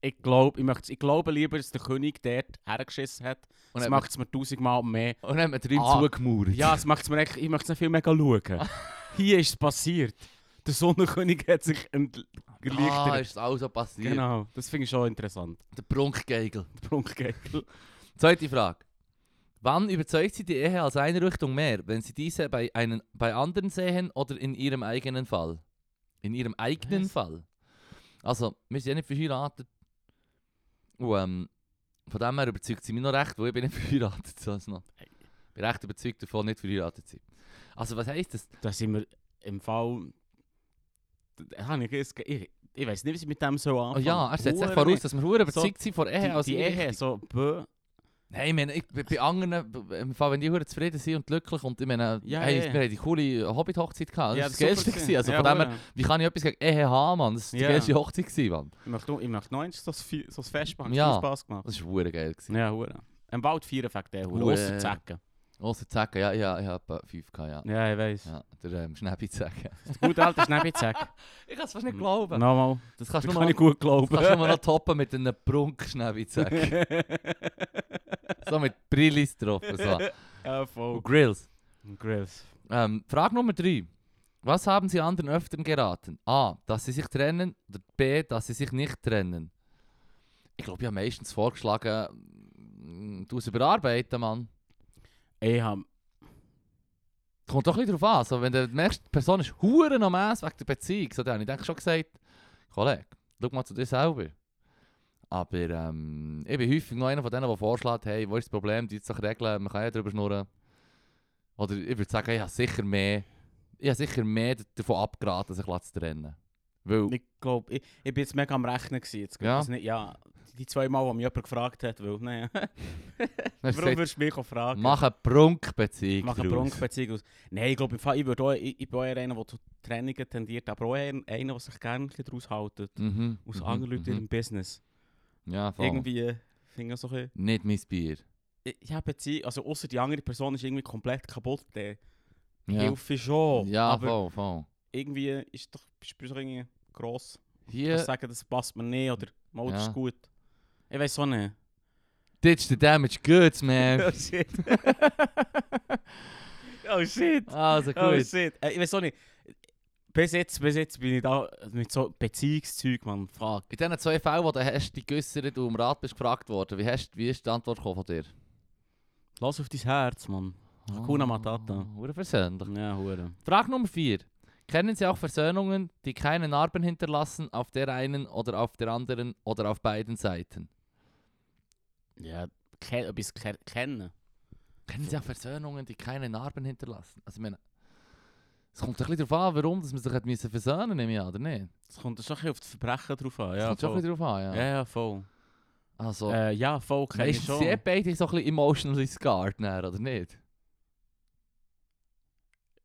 Ich glaube, ich, möcht's- ich glaube lieber, dass der König dort hergeschissen hat. Und dann Das hat macht es mir tausendmal mehr. man- und dann hat man den Raum Ah. zugemauert. Ja, das macht's mir echt, ich möchte es nicht viel mega schauen. Hier ist es passiert. Der Sonnenkönig hat sich ah, entlichtert. ist alles so passiert. genau, das finde ich schon interessant. Der Prunkgeigel. Der Prunkgegel. Zweite Frage. Wann überzeugt Sie die Ehe als Einrichtung mehr, wenn Sie diese bei, einen, bei anderen sehen oder in Ihrem eigenen Fall? In Ihrem eigenen Was? Fall. Also, wir sind ja nicht verheiratet. Und, ähm, von dem her überzeugt sie mich noch recht, weil ich bin nicht verheiratet. Also noch. Ich bin recht überzeugt davon, nicht verheiratet zu sein. Also, was heisst das? Da sind wir im Fall. Da habe ich, es- ich, ich weiß nicht, was ich mit dem so Oh anfangen ja, er setzt echt Hure voraus, nicht. dass wir verdammt So, überzeugt sind von Ehe als Die, die Ehe, Einrichtung. so. Ah, Bö. Nein, ich meine, ich, bei- bei anderen, eh, b- im Fall, wenn die Huren zufrieden sind und glücklich und ich meine, Ja, hey, ja, ja. wir hatten die coole Hobbit-Hochzeit gehabt. Das Ja, war das das ist Geilste. super gewesen. Also gewesen. von Ja, dem her, hure. wie kann ich etwas gegen Ehe haben, Mann? Das war die Ja. geilste Hochzeit, gewesen, Mann. Ich möchte, ich möchte noch eins so ein Fe- so ein Fest machen. Ja. Ja. Spaß gemacht. Das war hure geil. Gewesen. Ja, Hure. Im Wald feiern fängt der Hure. Hure. Ausser Zecken. Außer zu sagen, ja, ja, ich habe 5 ja. Ja, ich weiß. Ja, der ähm, Schnäppi zu sagen. Gut alte Schnäppizack. Ich kann es fast nicht glauben. Nochmal. Das Das kannst du nur kann noch, ich gut das kannst du nur glauben. noch toppen eh, mit einem prunk Schnäppi zu sagen. So mit Brillis drauf und so. Ja, Und voll. Grills. Griffs. Ähm, Frage Nummer 3. Was haben Sie anderen öfter geraten? A. Dass sie sich trennen oder B. Dass sie sich nicht trennen? Ich glaube, ich habe meistens vorgeschlagen, mm, du es überarbeiten, Mann. Ich habe Kommt doch ein bisschen drauf an. So, wenn du merkst, die Person ist hure am Ass wegen der Beziehung, so, dann habe ich denk schon gesagt, Kollege, schau mal zu dir selber. Aber ähm, ich bin häufig noch einer von denen, der vorschlägt, hey, wo ist das Problem, die jetzt doch regeln, man kann ja drüber schnurren. Oder ich würde sagen, ich habe sicher mehr, ich habe sicher mehr d- davon abgeraten, sich zu trennen. Weil, Ich glaube, ich, ich bin jetzt mega am Rechnen gewesen. Jetzt Ja. ja. Nicht, ja, die zwei Mal, die mich jemand gefragt hat, weil, nein, hast du warum gesagt, würdest du mich auch fragen? mach eine Prunkbeziehung Mach eine draus. Prunkbeziehung aus. Nein, ich glaube, im Fall, ich, würde auch, ich, ich bin auch eher einer, der zu Trennungen tendiert, aber auch eher einer, der sich gerne ein bisschen daraus hält. Mhm, Aus mhm, anderen Leuten mhm. im Business. Ja, voll. Irgendwie äh, finde ich so ein bisschen... Nicht mein Bier. Ich- Ich habe Beziehung, also außer die andere Person ist irgendwie komplett kaputt, dann Ja, hilfe ich schon. ja aber voll, voll. irgendwie ist doch, bist du doch irgendwie gross. Hier... Yeah. sagen, das passt mir nicht oder mal, das Ja. ist gut. Ich weiß auch nicht. Ditch the damage goods, man. Oh shit. oh shit. Also Oh gut. shit. Äh, ich weiß auch nicht. Bis jetzt, bis jetzt bin ich da mit so Beziehungszeug, man. Fuck. In diesen zwei Fällen, wo du hast dich geäussert und um Rat bist gefragt worden, wie, hast, wie ist die Antwort gekommen von dir? Lass auf dein Herz, man. Ah, Hakuna Matata. Oder Ah, versöhnlich. Ja, hure. Frage Nummer 4. Kennen Sie auch Versöhnungen, die keine Narben hinterlassen, auf der einen oder auf der anderen oder auf beiden Seiten? Ja, ke etwas ke kennen. Kennen Sie auch Versöhnungen, die keine Narben hinterlassen? Also ich meine, es kommt ein bisschen darauf an, warum dass man sich hat müssen versöhnen nehme ich an, oder nicht? Es kommt schon ein bisschen auf das Verbrechen drauf an. Es Ja, kommt schon ein voll. bisschen darauf an, ja. Ja, ja, voll. Also, Äh, ja, voll, kenn ich meistens sind eh schon. beide so ein bisschen emotionally scarred, dann, oder nicht?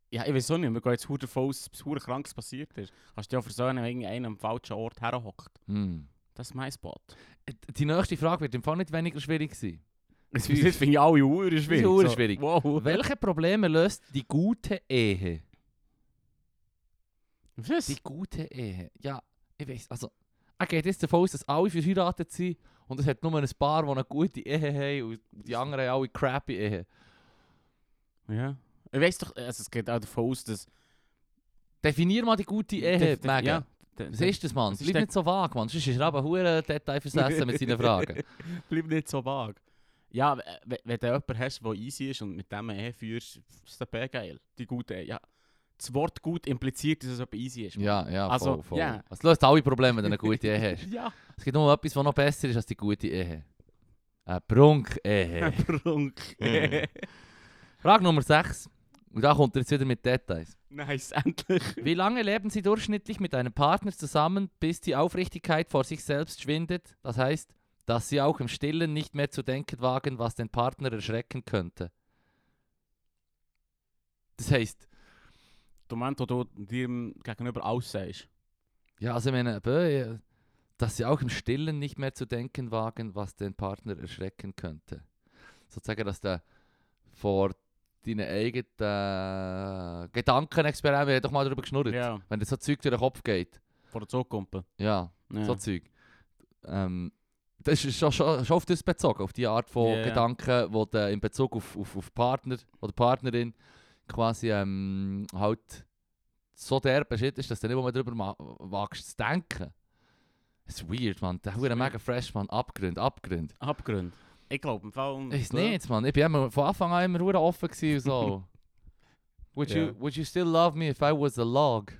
Ja, ich weiß auch nicht, wir gehen jetzt hure davon aus, dass hure Krankes passiert ist. Kannst du dir ja versöhnen, wenn irgendeiner am falschen Ort herhockt. Hm. Das ist mein Spot. Äh, Die nächste Frage wird im Fall nicht weniger schwierig sein. Das finde ich alle Uhren schwierig. Das ist hure schwierig. So, wow. Welche Probleme löst die gute Ehe? Was? Die gute Ehe. Ja, ich weiß. Also, er geht jetzt davon aus, dass alle verheiratet sind und es hat nur ein paar, die eine gute Ehe haben und die anderen haben alle crappy Ehe. Ja. Ich weiß doch, also es geht auch davon aus, dass... Definier mal die gute Ehe, Def- def- Megan. Ja. Äh, Was ist das, Mann? Was ist Bleib der- nicht so vage, Mann. Sonst ist er eben hure detailversessen mit seinen Fragen. Bleib nicht so vage. Ja, we- we- wenn du jemanden hast, der easy ist und mit dem eine Ehe führst, ist das eh geil. Die gute Ehe, ja. Das Wort gut impliziert, dass es jemand easy ist. Ja, ja, voll, Also, voll. ja. Es löst alle Probleme, wenn du eine gute Ehe hast. Ja, Es gibt nur etwas, was noch besser ist als die gute Ehe. Eine Prunk-Ehe. Prunk. Mhm. Frage Nummer 6. Und da kommt er jetzt wieder mit Details. nice, endlich. Wie lange leben Sie durchschnittlich mit einem Partner zusammen, bis die Aufrichtigkeit vor sich selbst schwindet? Das heißt, dass Sie auch im Stillen nicht mehr zu denken wagen, was den Partner erschrecken könnte. Das heißt, Der Moment, wo du dir gegenüber aussagst. ja, also ich meine, bö, ja, dass Sie auch im Stillen nicht mehr zu denken wagen, was den Partner erschrecken könnte. Sozusagen, dass der vor deinen eigenen Gedankenexperimenten, wir haben doch mal darüber geschnurrt. Ja, Wenn dir so Zeug durch den Kopf geht. vor der Zukunft. Ja, Ja. so Zeug. Ähm, das ist schon, schon, schon auf das bezogen, auf die Art von Ja, ja. Gedanken, wo du in Bezug auf, auf, auf Partner oder Partnerin quasi ähm, halt so der Shit ist, dass du nicht mal mehr darüber ma- wagst zu denken. Das ist weird, man. Der hure mega fresh, man. Abgrund, Abgrund. Abgrund. Ich glaube, im Fall... Ich weiß nicht, man. Ich bin immer, von Anfang an immer hure offen gewesen und so. Would, Ja. you, would you still love me if I was a log?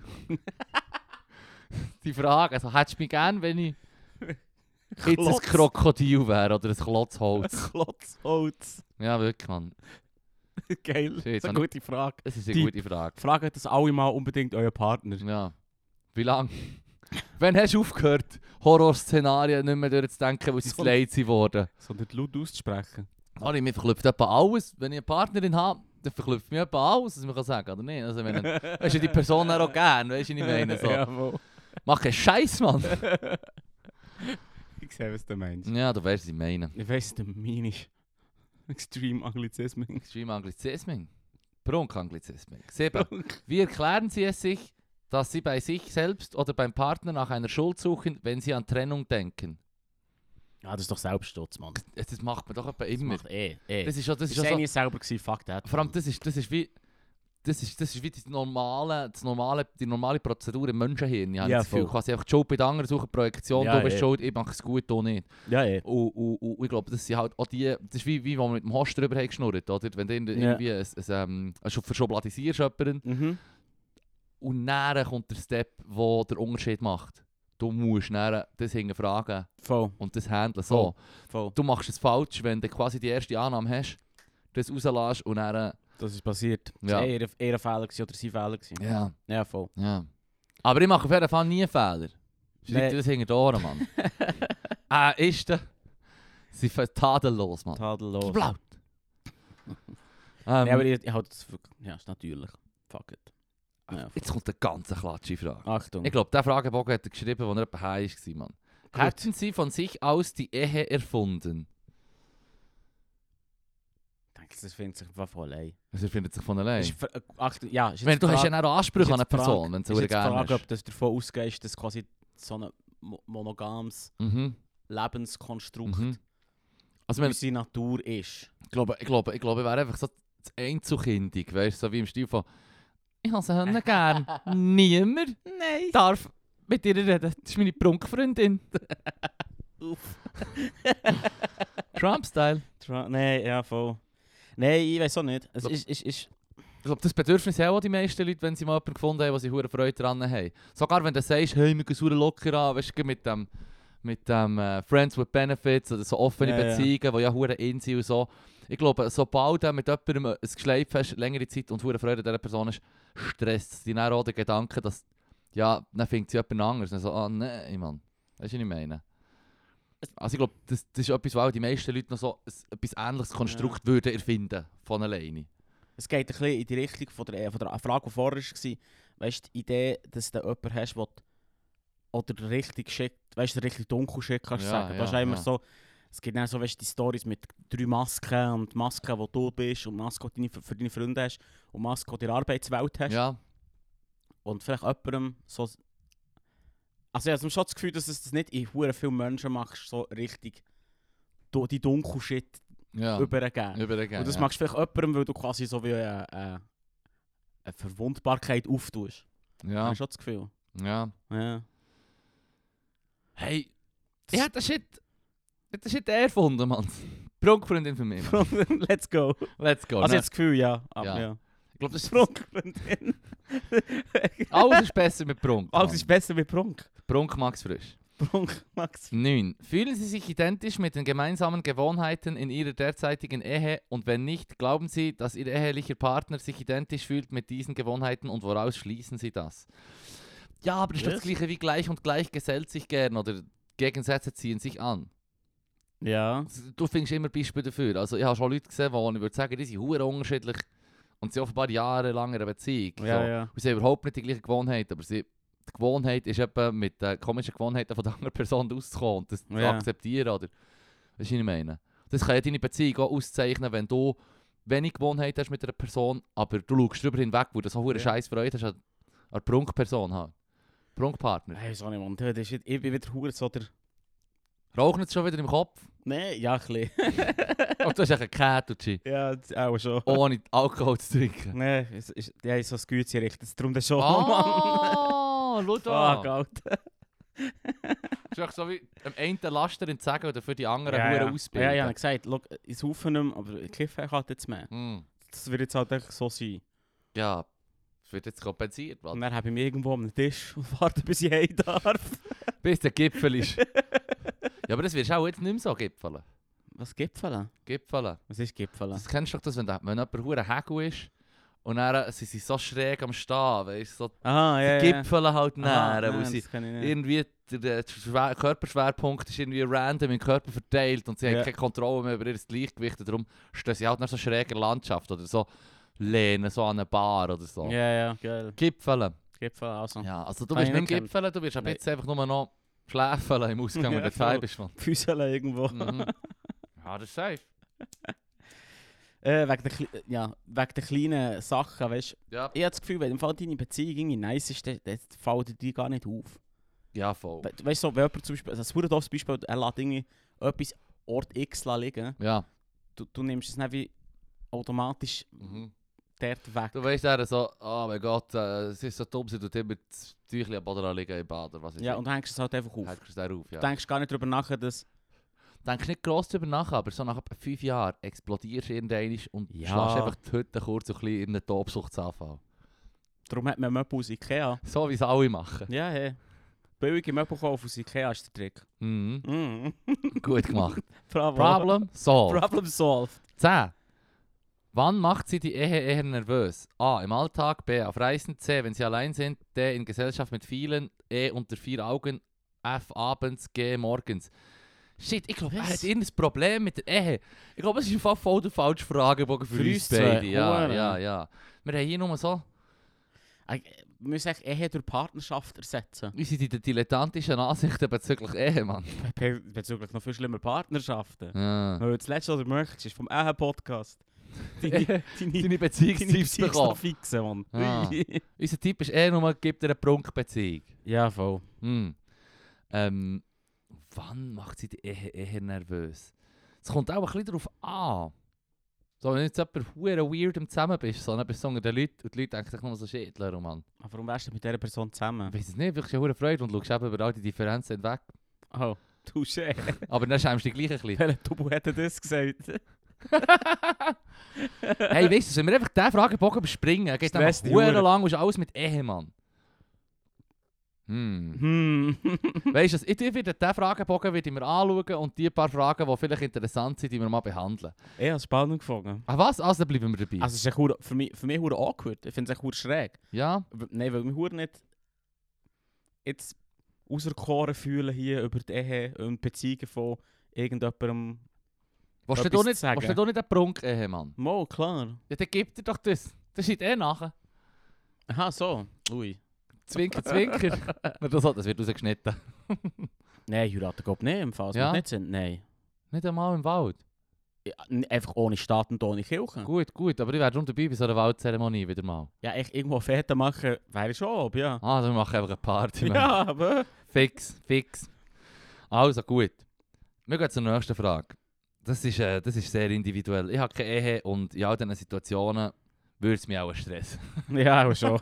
die Frage, also hättest du mich gern, wenn ich jetzt ein Klotz. Krokodil wäre oder ein Klotzholz? Klotzholz. ja, wirklich, man. Geil. Shit, das ist hab eine gute Frage. Das ist eine Die- gute Frage. Fragt das alle mal unbedingt euren Partner. Ja. Wie lange? Wann hast du aufgehört, Horrorszenarien nicht mehr durchzudenken, weil sie So- zu leid sind worden? Sondern laut auszusprechen. Ari, mir verklüpft etwa alles. Wenn ich eine Partnerin habe, dann verklüpft mir etwa alles, was man kann sagen oder nicht? Also, ich meine, weißt du, die Person dann auch gern, weißt du, was ich meine? So. Jawohl. Mach keinen Scheiß, Mann! Ich sehe, was du meinst. ja, du weißt, was ich meine. Ich weiss, der Minisch. Extreme Anglizismen. Extreme Anglizismen. Prunk-Anglizismen. Sieben. Wie erklären Sie es sich, dass Sie bei sich selbst oder beim Partner nach einer Schuld suchen, wenn Sie an Trennung denken? Ja, das ist doch Selbststutz, Mann. Das Das macht man doch etwa immer. macht eh, eh. Das ist ja, das ist ist ja so, eigentlich selber gewesen, fuck that. vor allem das ist, das ist wie, das ist, das ist wie die normale, das normale, die normale Prozedur im Menschenhirn. Ich habe Ja, das Gefühl, voll. quasi einfach die Schuld bei den anderen suchen, Projektion, Ja, du bist eh. schuld, ich mache es gut, du nicht. Ja, eh. Und, und, und, und ich glaube, das sind halt auch die, das ist wie, wie wenn man mit dem Host drüber hat geschnurrt, oder? Wenn du irgendwie Ja. irgendwie ein, ein, ähm, ein, verschobladisierst jemanden, Mhm. Und dann kommt der Step, der den Unterschied macht. Du musst dann das hinterfragen Voll, und das handeln. Oh. So. voll. Du machst es falsch, wenn du quasi die erste Annahme hast, das rauslässt und dann... Das ist passiert. Ja. Ja. Das war eher ein Fehler gewesen oder sein Fehler. gewesen. Ja, ja voll. ja. Aber ich mache auf jeden Fall nie Fehler. Schreib Nee. dir das hinter die Ohren, Mann. äh, ist der... Sie sind tadellos, Mann. Tadellos. Blaut. Nee, aber ähm, ich, ich halte das für... Ja, ist natürlich. Fuck it. Ja, jetzt kommt eine ganz klatsche Frage. Achtung. Ich glaube, der Fragebogen hat er geschrieben, als er etwa heim war, Mann. Gut. Hätten Sie von sich aus die Ehe erfunden? Ich denke, das findet sich einfach voll allein. Also, er findet sich von allein. Ist ver- äh, Achtung, ja. Ist jetzt Wenn du die hast ja Frage- dann auch Ansprüche an ist eine jetzt die Person, wenn ist du jetzt die gerne Frage, ob hast. du davon ausgehst, dass quasi so ein mo- monogames Mhm. Lebenskonstrukt Mhm. Also wenn, unsere Natur ist. ich glaube, ich glaube, ich glaube, ich wäre einfach so das Einzelkindig, weißt du, so wie im Stil von «Ich habe sie Hunde gern, niemand Nein. darf mit ihr reden, das ist meine Prunkfreundin.» Uff. Trump-Style. Tra Nein, ja voll. Nein, ich weiß auch nicht. Es Glaub- ist, ist, ist Ich glaube, das Bedürfnis haben auch die meisten Leute, wenn sie mal jemanden gefunden haben, wo sie hure Freude dran haben. Sogar wenn du sagst «Hey, wir gehen sauer locker an», weißt du, mit dem, mit dem äh, «Friends with Benefits» oder so offene Ja, ja. Beziehungen, die ja hure in sind und so. Ich glaube, sobald du mit jemandem ein Geschleif hast, längere Zeit und hure Freude an dieser Person ist, stresst es dich dann auch der Gedanke, dass «Ja, dann findet sie jemand anderes». Und dann so «Ah, nein, Mann». Weißt du, was ich meine? Also ich glaube, das, das ist etwas, was auch die meisten Leute noch so ein- etwas ähnliches Konstrukt würden erfinden, von alleine. Es geht ein bisschen in die Richtung von der, äh, von der Frage, die vorher war. Weißt du, die Idee, dass du jemanden hast, der oder richtig schickt, weißt du, richtig dunkel schickt, kannst du Ja, sagen. Das ja, ist immer ja. so. Es gibt dann so weißt, die Stories mit drei Masken und die Maske, die du bist und die Maske, die du für deine Freunde hast und die Maske, die du in der Arbeitswelt hast. Ja, Und vielleicht jemandem so. Also, ich habe schon das Gefühl, dass es das nicht in Huren vielen Menschen machst, so richtig du- die dunkle Shit ja. übergeben. Übergeben, Und das ja. machst du vielleicht jemandem, weil du quasi so wie eine, eine, eine Verwundbarkeit auftust. Ja. Ja, Hast du schon das Gefühl? ja. Ja. Hey, ich hätte den Shit, ich hätte den Shit erfunden, Mann. Prunkfreundin für mich. Mann. Let's go. Let's go. also ne? jetzt das Gefühl, ja. Aber, Ja. ja. ich glaube, das ist Prunkfreundin. alles ist besser mit Prunk. Alles ist besser wie Prunk. Mann. Prunk Max Frisch. Prunk, Max. 9. Fühlen Sie sich identisch mit den gemeinsamen Gewohnheiten in Ihrer derzeitigen Ehe und wenn nicht, glauben Sie, dass Ihr ehelicher Partner sich identisch fühlt mit diesen Gewohnheiten und woraus schließen Sie das? Ja, aber das ist doch das Was? gleiche wie gleich und gleich gesellt sich gern oder Gegensätze ziehen sich an. Ja. Du findest immer Beispiele dafür. Also ich habe schon Leute gesehen, wo ich würde sagen, die sind hure unterschiedlich und sie sind offenbar jahrelang in einer Beziehung. so. Ja, ja. Und sie haben überhaupt nicht die gleiche Gewohnheit, aber sie, die Gewohnheit ist eben mit den komischen Gewohnheiten von der anderen Person auszukommen und das zu Ja. akzeptieren. Oder? Weißt du, was ich meine? Das kann ja deine Beziehung auch auszeichnen, wenn du wenig Gewohnheit hast mit einer Person, aber du schaust darüber hinweg, wo du so hure Ja. scheiß Freude hast an an der Prunkperson. Halt. Prunkpartner. Hey, so nicht, Mann. Das ist- Ich bin wieder Huren so der. Rauchen jetzt schon wieder im Kopf? Nein, ja, ein bisschen. Oh, du hast echt ein Kätucci. ja, das- auch schon. Ohne Alkohol zu trinken. Nein, es ist, ja, ist so ein Gütchen richtet. Darum der schon. Ah, Oh, schau da. Fuck, Alter. Das ist echt so wie dem einen Laster in Zegen oder für die anderen ja, ja, ja. ausbilden. Ja, ja, ich habe gesagt, look, ich saufe nicht mehr, aber Cliffhanger hat jetzt mehr. Hm. Das wird jetzt halt echt so sein. ja, es wird jetzt kompensiert. Und Mann. dann habe ich mich irgendwo am Tisch und warte, bis ich heim darf. Bis der Gipfel ist. ja, aber das wirst du auch jetzt nicht mehr so gipfeln. Was Gipfeln? Gipfeln. Was ist Gipfeln? Das kennst du doch, das, wenn, der- wenn jemand hure Hegel ist und dann sind sie so schräg am Stehen, weißt du, so Ah, ja, die Gipfeln halt Aha, näher, weil nein, sie das kann ich nicht. irgendwie der, der Schwer- Körperschwerpunkt ist irgendwie random im Körper verteilt und sie Ja. haben keine Kontrolle mehr über ihr Gleichgewicht. und Darum stehen sie halt nach so schräger Landschaft oder so lehnen, so an eine Bar oder so. Ja, ja, geil. Gipfeln. Gipfeln, also. Ja, also du Habe wirst ich nicht nicht gekannt. Gipfeln, du wirst ab Nein. jetzt einfach nur noch schläfeln im Ausgang, wenn Ja, du daheim Mhm. voll. bist. Mann. Füßeln irgendwo. Mhm. Ja, das ist safe. Äh, wegen, der, Kle- ja, wegen der kleinen Sachen, weißt du. Ja, Ich habe das Gefühl, wenn im Fall deine Beziehung irgendwie nice ist, dann, dann fällt dir die gar nicht auf. ja voll. We weißt du, so, wenn jemand zum Beispiel, also ein verdammt doofes Beispiel, er lässt irgendwie etwas Ort X liegen, Ja. du, du nimmst es nicht wie automatisch Mhm. dort weg. Du weißt dann so, oh mein Gott, äh, es ist so dumm, sie tut immer das Tüchlein am Boden liegen im Bad oder was ist Ja, und du hängst es halt einfach auf. Hättest du es auf, ja. Du denkst gar nicht darüber nach, dass... Denk nicht gross drüber nach, aber so nach etwa fünf Jahren explodierst du irgendwann und Ja. schlägst einfach die Hütte kurz so ein bisschen in einen Tobsuchtsanfall. Darum hat man Möbel aus Ikea. So wie es alle machen. Ja, hey. Billige Möbel kaufen aus Ikea ist der Trick. Mhm. Mm. Gut gemacht. Bravo. Problem solved. Problem solved. 10. Wann macht sie die Ehe eher nervös? A. Im Alltag. B. Auf Reisen. C. Wenn sie allein sind. D. In Gesellschaft mit vielen. E. Unter vier Augen. F. Abends. G. Morgens. Shit, ich glaube, er Was? hat irgendein Problem mit der Ehe. Ich glaube, es ist einfach voll der falsche Fragebogen für, Für uns uns zwei, beide. Ja, Hure. ja, ja. Wir haben hier nur so... Äh, Wir müssen echt Ehe durch Partnerschaft ersetzen. Wie sind die dilettantischen Ansichten bezüglich Ehe, Mann? Be- Bezüglich noch viel schlimmer Partnerschaften. Ja. Weil das letzte, was du möchtest, ist vom Ehe-Podcast. Deine, deine, Deine deine Beziehungstipps Psyche bekommen. fixen, Mann. Ah. Unser Tipp ist eh nur, gib dir eine Prunkbeziehung. ja, voll. Hm. Ähm, wann macht sie die Ehe eher nervös? Es kommt auch ein bisschen darauf an. So, wenn jetzt jemand hure weird im Zusammen bist, so, dann bist du unter den Leuten und die Leute denken sich nur so shit, Leru, Mann. Aber warum wärst du mit dieser Person zusammen? Ich weiß es nicht, wirklich hure Freude und schaust eben über all die Differenzen hinweg. Oh, du Chef. Aber dann schämst du dich gleich ein bisschen. Welcher Tubu hat denn das gesagt? hey, weißt du, wenn wir einfach diesen Fragebogen überspringen, geht Stress es die hure Hure. lang und ist alles eh, mit Ehe, Mann. Hm. Hm. Weißt du, ich werde diesen Fragebogen werde ich mir anschauen und die paar Fragen, die vielleicht interessant sind, die wir mal behandeln. Ich habe spannend gefunden. Ah was? Also dann bleiben wir dabei. Also, es ist echt hure- für mich, für mich hure awkward. Ich finde es echt hure schräg. ja, W- Nein, weil wir hure nicht jetzt auserkoren fühlen hier über die Ehe und Beziehungen von irgendjemandem. willst du Etwas doch nicht, zu sagen? willst du doch nicht einen Prunk ehe, Mann? Mo, klar. Ja, dann gib dir doch das. Das steht eh nachher. Aha, so. Ui. Zwinker, zwinker. Na, das, hat- das dus wird rausgeschnitten. Nein, heiraten geht nicht im Fall. Es Ja? macht nicht Sinn. Nein. Nicht einmal im Wald. Ja, n- einfach ohne Staat und ohne Kirche. Gut, gut, aber ich wäre darum dabei bei so einer Waldzeremonie wieder mal. Ja, echt irgendwo Fäden machen wäre schon ob, ja. Ah, dann machen wir einfach eine Party. Mann. Ja, aber. Fix, fix. Also gut. Wir gehen zur nächsten Frage. Das ist, äh, das ist sehr individuell. Ich habe keine Ehe und in all diesen Situationen würde es mich auch stressen. Ja, aber schon.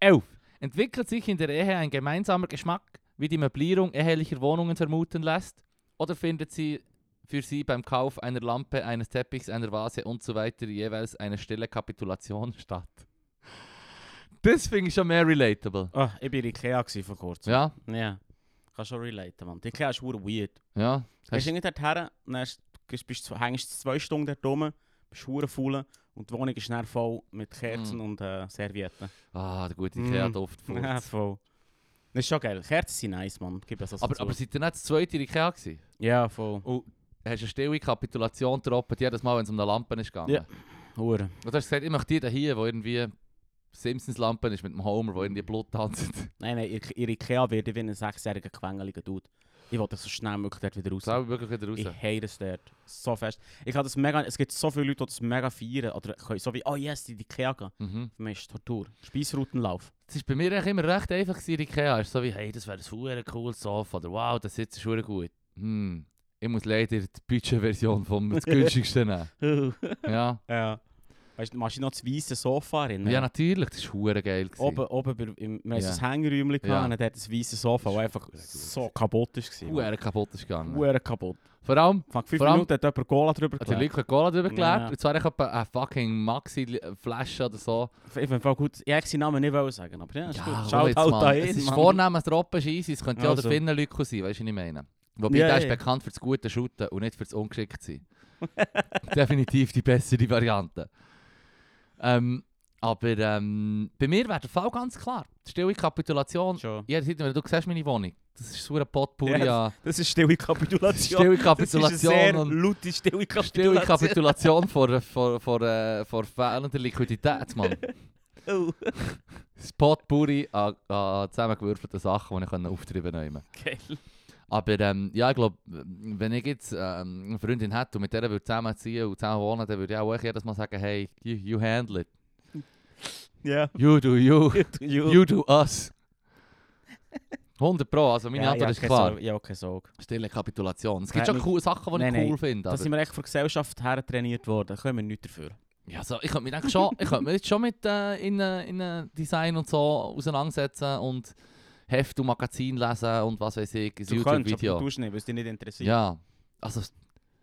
11. Entwickelt sich in der Ehe ein gemeinsamer Geschmack, wie die Möblierung ehelicher Wohnungen vermuten lässt? Oder findet sie für sie beim Kauf einer Lampe, eines Teppichs, einer Vase und so weiter jeweils eine stille Kapitulation statt? Das finde ich schon mehr relatable. Ah, ich war in Ikea gewesen vor kurzem. Ja, Ja. Kann schon relaten, Mann. Die Ikea ist hure weird. ja. Du gehst irgendwie dort her, dann hast- gehst- bist, zwei- hängst zwei Stunden dort rum, bist hure faul und die Wohnung ist dann voll mit Kerzen Mm. und äh, Servietten. Ah, der gute Mm. Ikea-Duft. Ja, voll. Das ist schon geil. Kerzen sind nice, Mann. Gib das also Aber, zu. aber seid ihr nicht das zweite in Ikea gewesen? ja, voll. Hast eine stille Kapitulation getroppt, jedes Mal, wenn es um eine Lampe ist gegangen? Ja. Hure. Und du hast gesagt, ich möchte die da hier, wo irgendwie Simpsons Lampe ist mit dem Homer, wo irgendwie Blut tanzt. Nein, nein, ihr, ihr Ikea wird wie ein sechsjähriger Quengeliger Dude. Ich wollte so schnell wie möglich dort wieder raus. Das ich wirklich wieder raus. Ich hate es dort. So fest. Ich habe das mega, es gibt so viele Leute, die das mega feiern. Oder können so wie, oh yes, in die Ikea gehen. Mhm. Für mich ist es Tortur. Speisroutenlauf. Es war bei mir eigentlich immer recht einfach, gewesen, in Ikea. Es ist so wie, hey, das wäre ein super cooles Sofa. Oder wow, das Sitz ist super gut. Hm. Ich muss leider die Budgetversion vom das günstigsten nehmen. Ja. ja. Weißt du, machst du noch das weiße Sofa rein? ja, natürlich, das war super geil. gewesen. Oben, oben bei, im, wir Ja. hatten ein Hängeräumchen Ja. gehabt und dort das weiße Sofa, das einfach so kaputt war. Huere kaputt ist gegangen. Huere kaputt. Vor allem, Vor fünf Vor allem- Minuten hat jemand Cola drüber Hat die gelegt. Leute können Cola drüber geleert. Ja. Und zwar ich habe eine fucking Maxi-Flasche oder so. Ich finde voll gut. Ich hätte seinen Namen nicht wollen sagen, aber ja, ist gut. hol Schaut jetzt, halt Mann. da Es hin, ist Mann. vornehmlich Troppenscheiss, es könnte ja Also. der Finnen Lyko sein, weißt du, was ich meine? Wobei Ja, der ist ja. bekannt für das gute Shooten und nicht für das ungeschickt sein. Definitiv die bessere Variante. Ähm, aber ähm, bei mir wäre der Fall ganz klar. Stille Kapitulation. Schon. Jederzeit, wenn du siehst meine Wohnung, das ist so ein Potpourri Ja, an Das ist stille Kapitulation. stille Das ist eine Kapitulation sehr und laute stille Kapitulation. stille Kapitulation vor, vor, vor, äh, vor fehlender Liquidität, Mann. Oh, ah, Das Potpourri an, an zusammengewürfelten Sachen, die ich auftreiben konnte. geil. Aber ähm, ja, ich glaube, wenn ich jetzt ähm, eine Freundin hätte und mit der würde zusammenziehen und zusammen wohnen, dann würde ich auch jedes Mal sagen, hey, you, you handle it. Ja. You do you. You. You do us. 100 Pro, also meine Antwort ist klar. Ja, okay, so. Stille Kapitulation. Es gibt Nein, schon mit- coole Sachen, die ich Nein, nein. cool finde. Da aber- sind wir echt von der Gesellschaft her trainiert worden. Da können wir nichts dafür. Ja, so, ich könnte mich denke schon, ich könnte mich jetzt schon mit äh, in, äh, in äh, Design und so auseinandersetzen und Heft und Magazin lesen und was weiß ich, ein Du könntest, aber du YouTube-Video. tust nicht, weil es dich nicht interessiert. Ja, also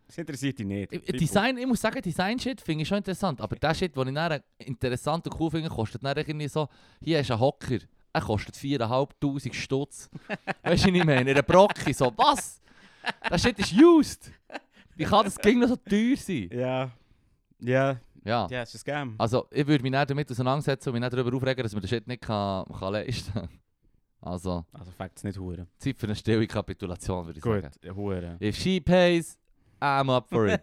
Es interessiert dich nicht. ich- ich- Design, ich muss sagen, Design-Shit finde ich schon interessant, aber der Shit, den ich dann interessant und cool finde, kostet dann irgendwie so, hier ist ein Hocker, er kostet 4'500 Stutz. weißt du, was ich meine? In einer Brocke, so, was? Der Shit ist used! Wie kann das Ding noch so teuer sein? Ja. Ja. Ja. Ja, es ist ein Scam. Also, ich würde mich nicht damit auseinandersetzen und mich nicht darüber aufregen, dass man den Shit nicht kann, kann leisten kann. Also, Also fängt es nicht hure. Zeit für eine stille Kapitulation, würde ich sagen. hure. If she pays, I'm up for it.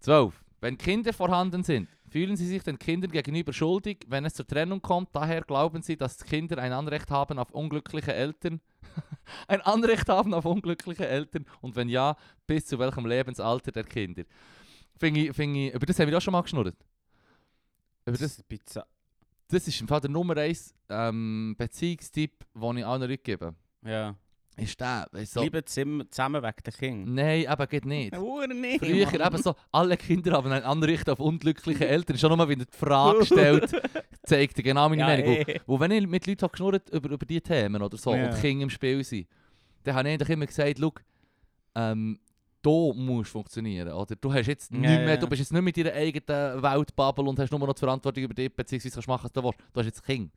12. Wenn Kinder vorhanden sind, fühlen sie sich den Kindern gegenüber schuldig, wenn es zur Trennung kommt. Daher glauben sie, dass die Kinder ein Anrecht haben auf unglückliche Eltern. ein Anrecht haben auf unglückliche Eltern. Und wenn ja, bis zu welchem Lebensalter der Kinder? Finde ich, finde ich, über das haben wir auch schon mal geschnurrt. Über Das das, ist ein bisschen... das ist im Fall der Nummer 1 ähm, Beziehungstipp, den ich allen Leuten gebe. Ja. Ist der, weißt du? so- Bleiben zusammen zusammen wegen der Kinder. Nein, eben geht nicht. Hure nicht. Früher Mann. eben so, alle Kinder haben ein Anrecht auf unglückliche Eltern. Schon nochmal, wenn er die Frage stellt, zeigt er genau meine Ja, Meinung. eh. Und wenn ich mit Leuten habe geschnurrt über, über diese Themen oder so Ja. und Kinder im Spiel sind, dann habe ich eigentlich immer gesagt, schau, ähm, du musst funktionieren, oder? Du, hast jetzt Ja, nicht mehr, ja. du bist jetzt nicht mit deiner eigenen Weltbubble und hast nur noch die Verantwortung über dich, beziehungsweise kannst machen, was du willst. Du hast jetzt Kinder.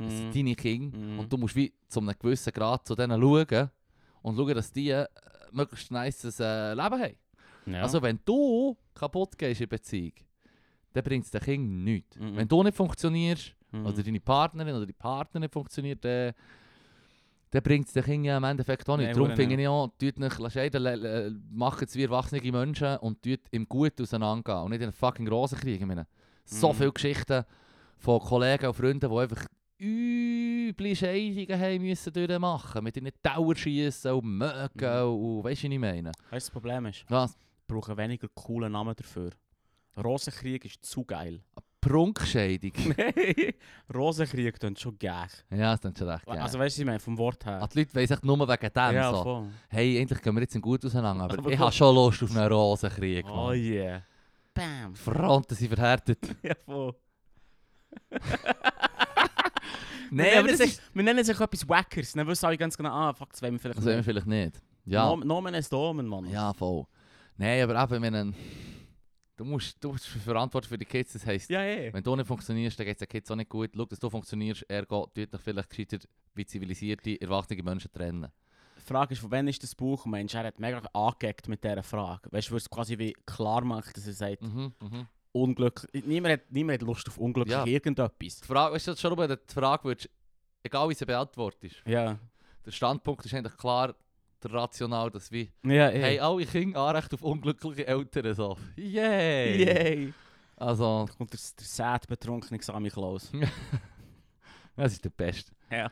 Mm. Es sind deine Kinder. Mhm. Und du musst wie zu einem gewissen Grad zu denen schauen und schauen, dass die äh, möglichst nice äh, Leben haben. Ja. Also wenn du kaputt gehst in der Beziehung, dann bringt es den Kindern nichts. Mhm. Wenn du nicht funktionierst, Mhm. oder Also deine Partnerin oder die Partner nicht funktioniert, dann, dann bringt es den Kindern ja im Endeffekt auch nicht. Nein, Darum wohl finde ich auch, tut nicht lasst jeden le- le- macht es wie erwachsene Menschen und tut im Gut auseinandergehen und nicht in einen fucking Rosenkrieg. Ich meine, so Mhm. viele Geschichten von Kollegen und Freunden, die einfach üble Scheidungen haben müssen durchmachen, mit ihnen Tauerschiessen und Mögen Mhm. und weißt du, was ich meine? Weißt du, das Problem ist, Was? wir brauchen weniger coole Namen dafür. Rosenkrieg ist zu geil. Prunkscheidung. Rosenkrieg klingt schon geil. Ja, das ist schon recht geil. Also weißt du, was ich meine, vom Wort her. Ah, die Leute weiss echt nur wegen dem ja, so. voll. Hey, endlich gehen wir jetzt in gut auseinander, aber, Aber ich gut. habe schon Lust auf einen Rosenkrieg. Oh Mann. yeah. Bam. Fronten sind verhärtet. Ja, voll. Nein, wir aber nennen das sich, ist... Wir nennen sich etwas Wackers. Dann wissen alle ganz genau, ah, fuck, das wollen wir vielleicht Das wollen wir vielleicht nicht. Ja, Nom- Nomen ist Domen, Mann. ja voll. Nein, aber eben, wenn du musst, du bist verantwortlich für die Kids, dus das heisst, Ja, eh. wenn du nicht funktionierst, dann geht es den dus Kids auch nicht gut. Schau, dass du funktionierst, ergo, tut dich vielleicht gescheiter wie zivilisierte, erwachsene Menschen trennen. Die Frage ist, von wann ist das Buch? Und Mensch, er hat mega angegeckt mit dieser Frage. Weißt du, wo es quasi wie klar macht, dass er sagt, Mhm, mhm. unglücklich. Niemand hat, niemand hat Lust auf unglücklich Ja. irgendetwas. Die Frage, weißt du, schon wenn du die Frage würdest, egal wie sie beantwortest, Ja. der Standpunkt ist eigentlich klar, der rational, dass wir Ja, eh. hey, oh, alle Kinder Anrecht auf unglückliche Eltern so. Yay! Yay. Also, Da kommt der, der sad betrunkene Sammy Klaus. das ist der Beste. Ja.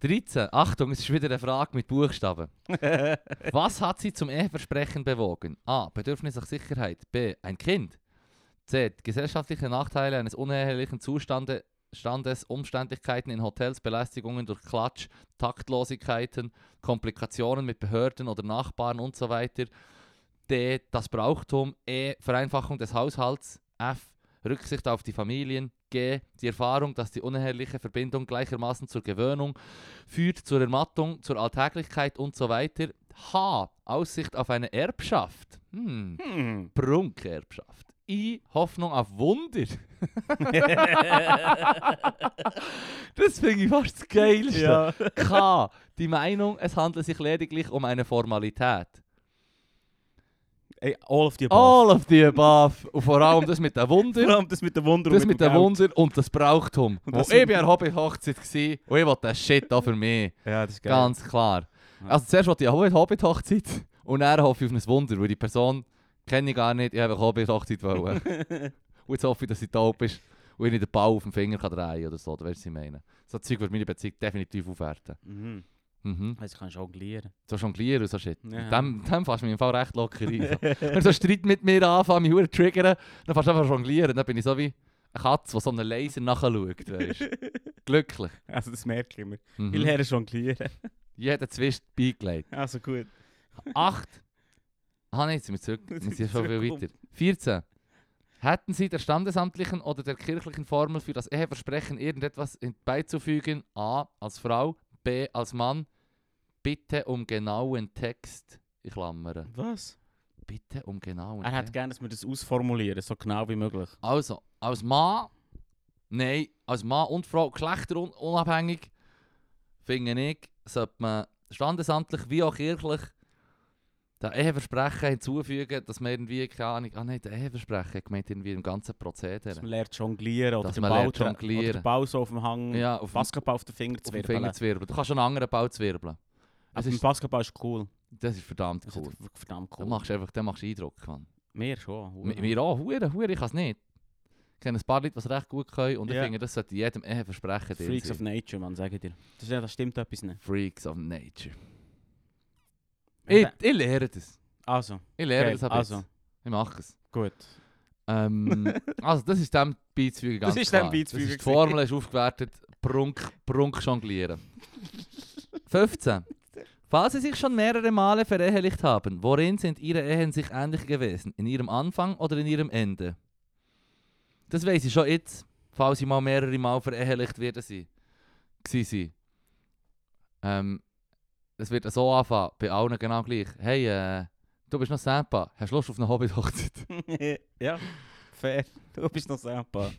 13. Achtung, es ist wieder eine Frage mit Buchstaben. Was hat sie zum Eheversprechen bewogen? A. Bedürfnis nach Sicherheit. B. Ein Kind. C. die Gesellschaftliche Nachteile eines unehelichen Zustandes, Standes, Umständlichkeiten in Hotels, Belästigungen durch Klatsch, Taktlosigkeiten, Komplikationen mit Behörden oder Nachbarn und so weiter. D. Das Brauchtum. E. Vereinfachung des Haushalts. F. Rücksicht auf die Familien. G. Die Erfahrung, dass die uneheliche Verbindung gleichermaßen zur Gewöhnung führt, zur Ermattung, zur Alltäglichkeit und so weiter. H. Aussicht auf eine Erbschaft. Hm. Hm. Prunkerbschaft. I. Hoffnung auf Wunder. das finde ich fast das Geilste. ja. K. Die Meinung, es handle sich lediglich um eine Formalität. Ey, all of die All of the above. Und vor allem das mit den Wunder. Vor allem das mit dem Wunder. und Das mit dem den Geld. Wunder und das Brauchtum. Und Wo das- ich bei einer Hobby-Hochzeit war und ich wollte den Shit da für mich. Ja, das ist geil. Ganz klar. Ja. Also zuerst wollte ich eine Hobby-Hochzeit und dann hoffe ich auf ein Wunder, weil die Person kenne ich gar nicht, ich habe eine Hobby-Hochzeit wollen. und jetzt hoffe ich, dass sie taub ist und ich nicht den Ball auf dem Finger kann drehen kann oder so. Oder weißt du, was ich meine? So Zeug würde meine Beziehung definitiv aufwerten. Mhm. Mhm. Jetzt kannst du jonglieren. So jonglieren und so shit. Ja. Dem, dem fasst mich im Fall recht locker rein. So. Wenn so Streit mit mir anfangen, mich verdammt triggern, dann fasst du einfach jonglieren. Dann bin ich so wie eine Katze, die so einen Laser nachschaut. weisst. Glücklich. Also das merke ich mir. Ich Mhm. lerne jonglieren. Jeder Zwist beigelegt. Also gut. Acht. Ah nein, jetzt sind wir zurück. Wir sind schon viel weiter. 14. Hätten Sie der standesamtlichen oder der kirchlichen Formel für das Eheversprechen irgendetwas hin- beizufügen? A. Als Frau. B. Als Mann. Bitte um genauen Text. Ich klammere. Was? Bitte um genauen Er hätte Text. gerne, dass wir das ausformulieren, so genau wie möglich. Also, als Mann. Nein, als Mann und Frau geschlechterunabhängig. Finde ich, sollte man standesamtlich wie auch kirchlich das Eheversprechen hinzufügen, dass man irgendwie, keine Ahnung, ah nein, das Eheversprechen hat gemeint irgendwie im ganzen Prozedere. Dass man lernt jonglieren oder Dass den man Ball, lernt tra- Oder jonglieren. den Ball so auf dem Hang, Ja, auf dem- Basketball auf den Finger zu auf dem wirbeln. Finger zwirbeln. Du kannst schon einen anderen Ball zwirbeln. Aber Es beim ist, Basketball ist cool. das ist verdammt Das cool. ist wirklich verdammt Dann cool. machst du einfach dann machst du Eindruck. Mann. Mehr schon. Mi- Mir auch, Hure, Hure, ich kann es nicht. Ich kenne ein paar Leute, die es recht gut können und ich Ja. finde, das sollte jedem Eheversprechen drin Freaks sein. of Nature, man, sage ich dir. Das, ist, ja- das stimmt etwas nicht. Freaks of Nature. Ich, Ja, ich lehre das. Also, Ich lehre okay, das aber also, jetzt. Ich mache es. gut. Ähm, also das ist dem Beizufügen ganz Das ist dem klar. beizufügen Das ist, die Formel ist aufgewertet. Prunk, Prunk jonglieren. 15. Falls Sie sich schon mehrere Male verehelicht haben, worin sind Ihre Ehen sich ähnlich gewesen? In Ihrem Anfang oder in Ihrem Ende? Das weiß ich schon jetzt, falls Sie mal mehrere Mal verehelicht werden sie. Gsi sie. Ähm, es wird so anfangen, bei allen genau gleich. Hey, äh, du bist noch Sampa, hast Lust auf eine Hobbyhochzeit? ja, fair. Du bist noch selber.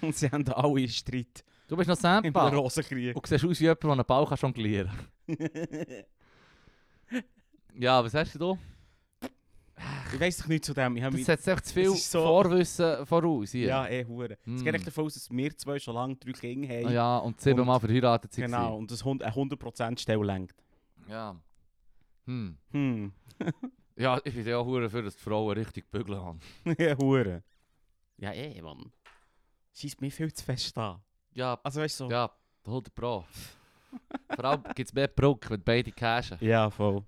Und sie haben alle Streit Du bist noch im Sampa. Rosenkrieg. Und siehst aus wie jemand, der einen Ball kann jonglieren kann. ich Ja, was hast du weiß doch nichts zu dem. Ich da? habe Das mich, setzt echt zu viel es ist so- Vorwissen voraus hier. ja, eh, Hure. Es Mm. geht echt davon aus, dass wir zwei schon lange drei Kinder haben. Ah ja, und siebenmal verheiratet sind. Genau, und das hund- eine 100% Stelle lenkt. Ja. Hm. Hm, Ja, ich bin ja auch hure für, dass die Frauen richtig bügeln haben. ja, Hure. Ja, eh, Mann. Schießt mir viel zu fest an. Ja, Also, weißt du, so. ja, 100 Pro. Vor allem gibt es mehr Bruck, wenn beide cashen. Ja, voll.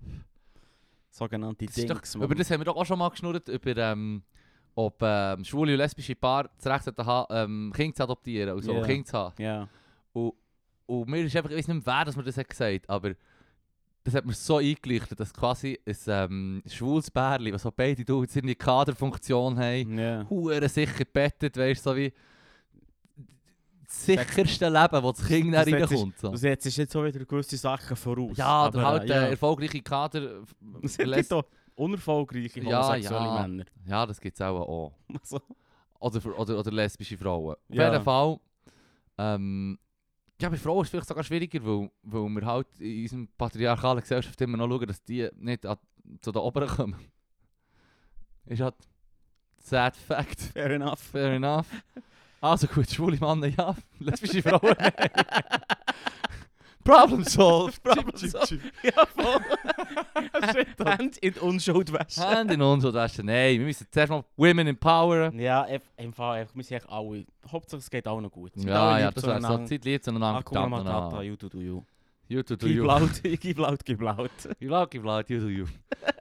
Sogenannte Das ist doch, Dings. über das haben wir doch auch schon mal geschnurrt, über ähm, ob ähm, schwule und lesbische Paar das Recht sollten haben, ähm, Kinder zu adoptieren und so, Ja. Kinder zu haben. Ja. Und mir ist einfach, ich weiß nicht mehr, wer das mir das hat gesagt aber das hat mir so eingelichtet, dass quasi ein ähm, schwules Bärli, was so beide Dudes in die Kaderfunktion haben, ja. hure sicher bettet, weißt du, so wie das sicherste Leben, wo das Kind Das dann hat sich- reinkommt. So. Du setzt jetzt so wieder gewisse Sachen voraus. Ja, oder aber, halt äh, äh, ja. erfolgreiche Kader. Es gibt auch unerfolgreiche Ja, homosexuelle ja. Männer. Ja, das gibt es auch. auch. Also, Oder, für- oder, oder lesbische Frauen. Auf Ja. jeden Fall. Ähm, ja, bei Frauen ist es vielleicht sogar schwieriger, weil, weil wir halt in unserer patriarchalen Gesellschaft immer noch schauen, dass die eh, nicht an, zu den Oberen kommen. Ist halt sad fact. fair enough. Fair enough. Also gut, schwule Männer ja, lesbische Frauen nein. Problem solved. Problem solved. ja, voll. Hand in die Unschuld waschen. Hand in uns oder Nein, wir müssen zuerst mal Women empoweren. Ja, eff- im Fall, einfach, wir sind echt alle. Hauptsache, es geht allen noch gut. Sind Ja, alle ja, lieb das wäre so. zueinander. Zeit lieb zueinander. Hakuna verdammt nochmal. Matata, you do do you. eh, You to do Gib you. laut, gib laut, gib laut. You like it, Vlad, you do you.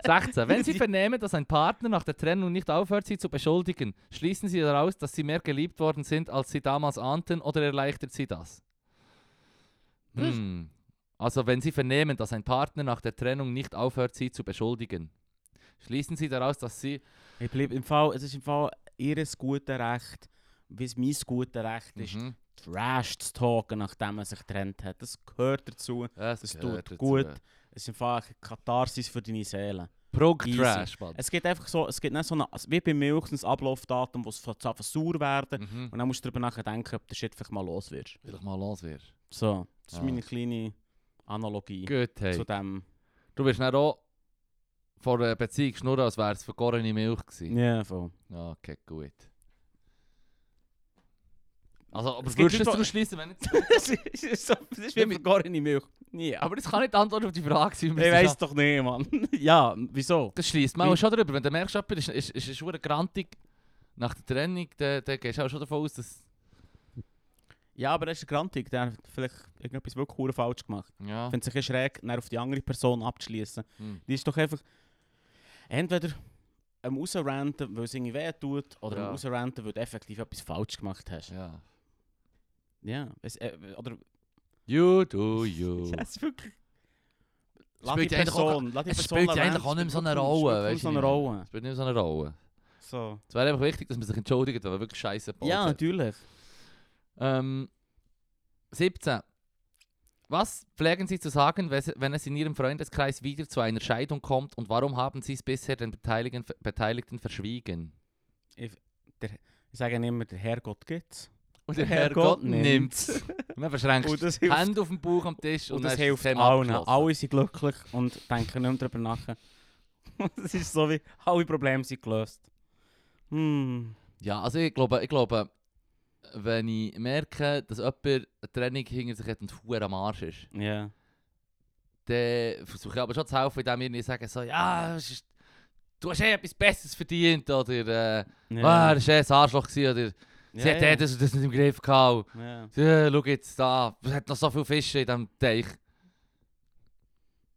16. Wenn Sie vernehmen, dass ein Partner nach der Trennung nicht aufhört, Sie zu beschuldigen, schließen Sie daraus, dass Sie mehr geliebt worden sind, als Sie damals ahnten, oder erleichtert Sie das? Hm. Also, wenn Sie vernehmen, dass ein Partner nach der Trennung nicht aufhört, Sie zu beschuldigen, schließen Sie daraus, dass Sie. Ich bleib im Fall, es ist im Fall ihres guten Recht, wie es mein gutes Recht ist, Mhm. Trash zu talken, nachdem man sich getrennt hat. Das gehört dazu. Das, Das gehört tut dazu. gut. Es ist im Fall eine Katharsis für deine Seele. Easy. Prog-Trash, Mann. Es gibt einfach so, es gibt nicht so eine, wie bei Milch, ein Ablaufdatum, wo es von- zu sauer werden Mhm. und dann musst du darüber nachdenken, ob der Shit vielleicht mal los wird. Will ich mal los wirst. So, das ist Ah. meine kleine Analogie Gut, hey. zu dem. Du wirst dann auch vor einer Beziehung schnurren, als wäre es vergorene Milch gewesen. Ja, voll. Ja, okay, gut. Also, aber Es es gibt würdest du Leute, die- es schließen, wenn nicht? das ist ist so, das ist Ja, wie mit- vergorene Milch. Ja. Aber das kann nicht die Antwort auf die Frage sein. Ich weiß doch nicht, Mann. ja, wieso? Das schließt man Wie- auch schon darüber. Wenn du merkst, jemand ist, ist, ist, ist verdammt grantig nach der Trennung, dann, dann gehst du auch schon davon aus, dass Ja, aber er ist der Grantig, der hat vielleicht irgendetwas wirklich hure falsch gemacht. Ja. Ich finde es ein bisschen schräg, dann auf die andere Person abzuschließen. Hm. Die ist doch einfach entweder am rausranten, weil es irgendwie weh tut, oder Ja. am rausranten, weil du effektiv etwas falsch gemacht hast. Ja, ja. es, äh, oder... You do you. Ja, es ist wirklich... Lass die Spielt ja eigentlich auch- Person, lass die es Person spielt ja allein, eigentlich auch es nicht mehr so eine spielt Rolle, wirklich weißt so du, wie eine ich Rolle. Es spielt nicht so eine Rolle. So. Es wäre einfach wichtig, dass man sich entschuldigt, wenn man wirklich Scheiße gebaut Ja, hat. natürlich. Ähm, 17. Was pflegen Sie zu sagen, wes- wenn es in Ihrem Freundeskreis wieder zu einer Scheidung kommt und warum haben Sie es bisher den Beteiligen, Beteiligten verschwiegen? Ich sage immer, der Herrgott gibt's. Und der Herrgott nimmt's. Und dann verschränkst Und du das die hilft Hände auf dem Bauch am Tisch und, Und das dann ist hilft Thema allen. abgeschlossen. Alle sind glücklich und denken nicht mehr darüber nach. Es ist so wie, alle Probleme sind gelöst. Hm. Ja, also ich glaube, ich glaube, wenn ich merke, dass jemand eine Training hinter sich hat und verdammt am Arsch ist, Ja. dann versuche ich aber schon zu helfen, indem ich nicht sage, so, ja, es ist- du hast eh etwas Besseres verdient, oder äh, ah, das war eh ein Arschloch, gewesen, oder sie hat eh das und das nicht im Griff gehabt. Ja. Ja, schau jetzt da, es hat noch so viele Fische in diesem Teich.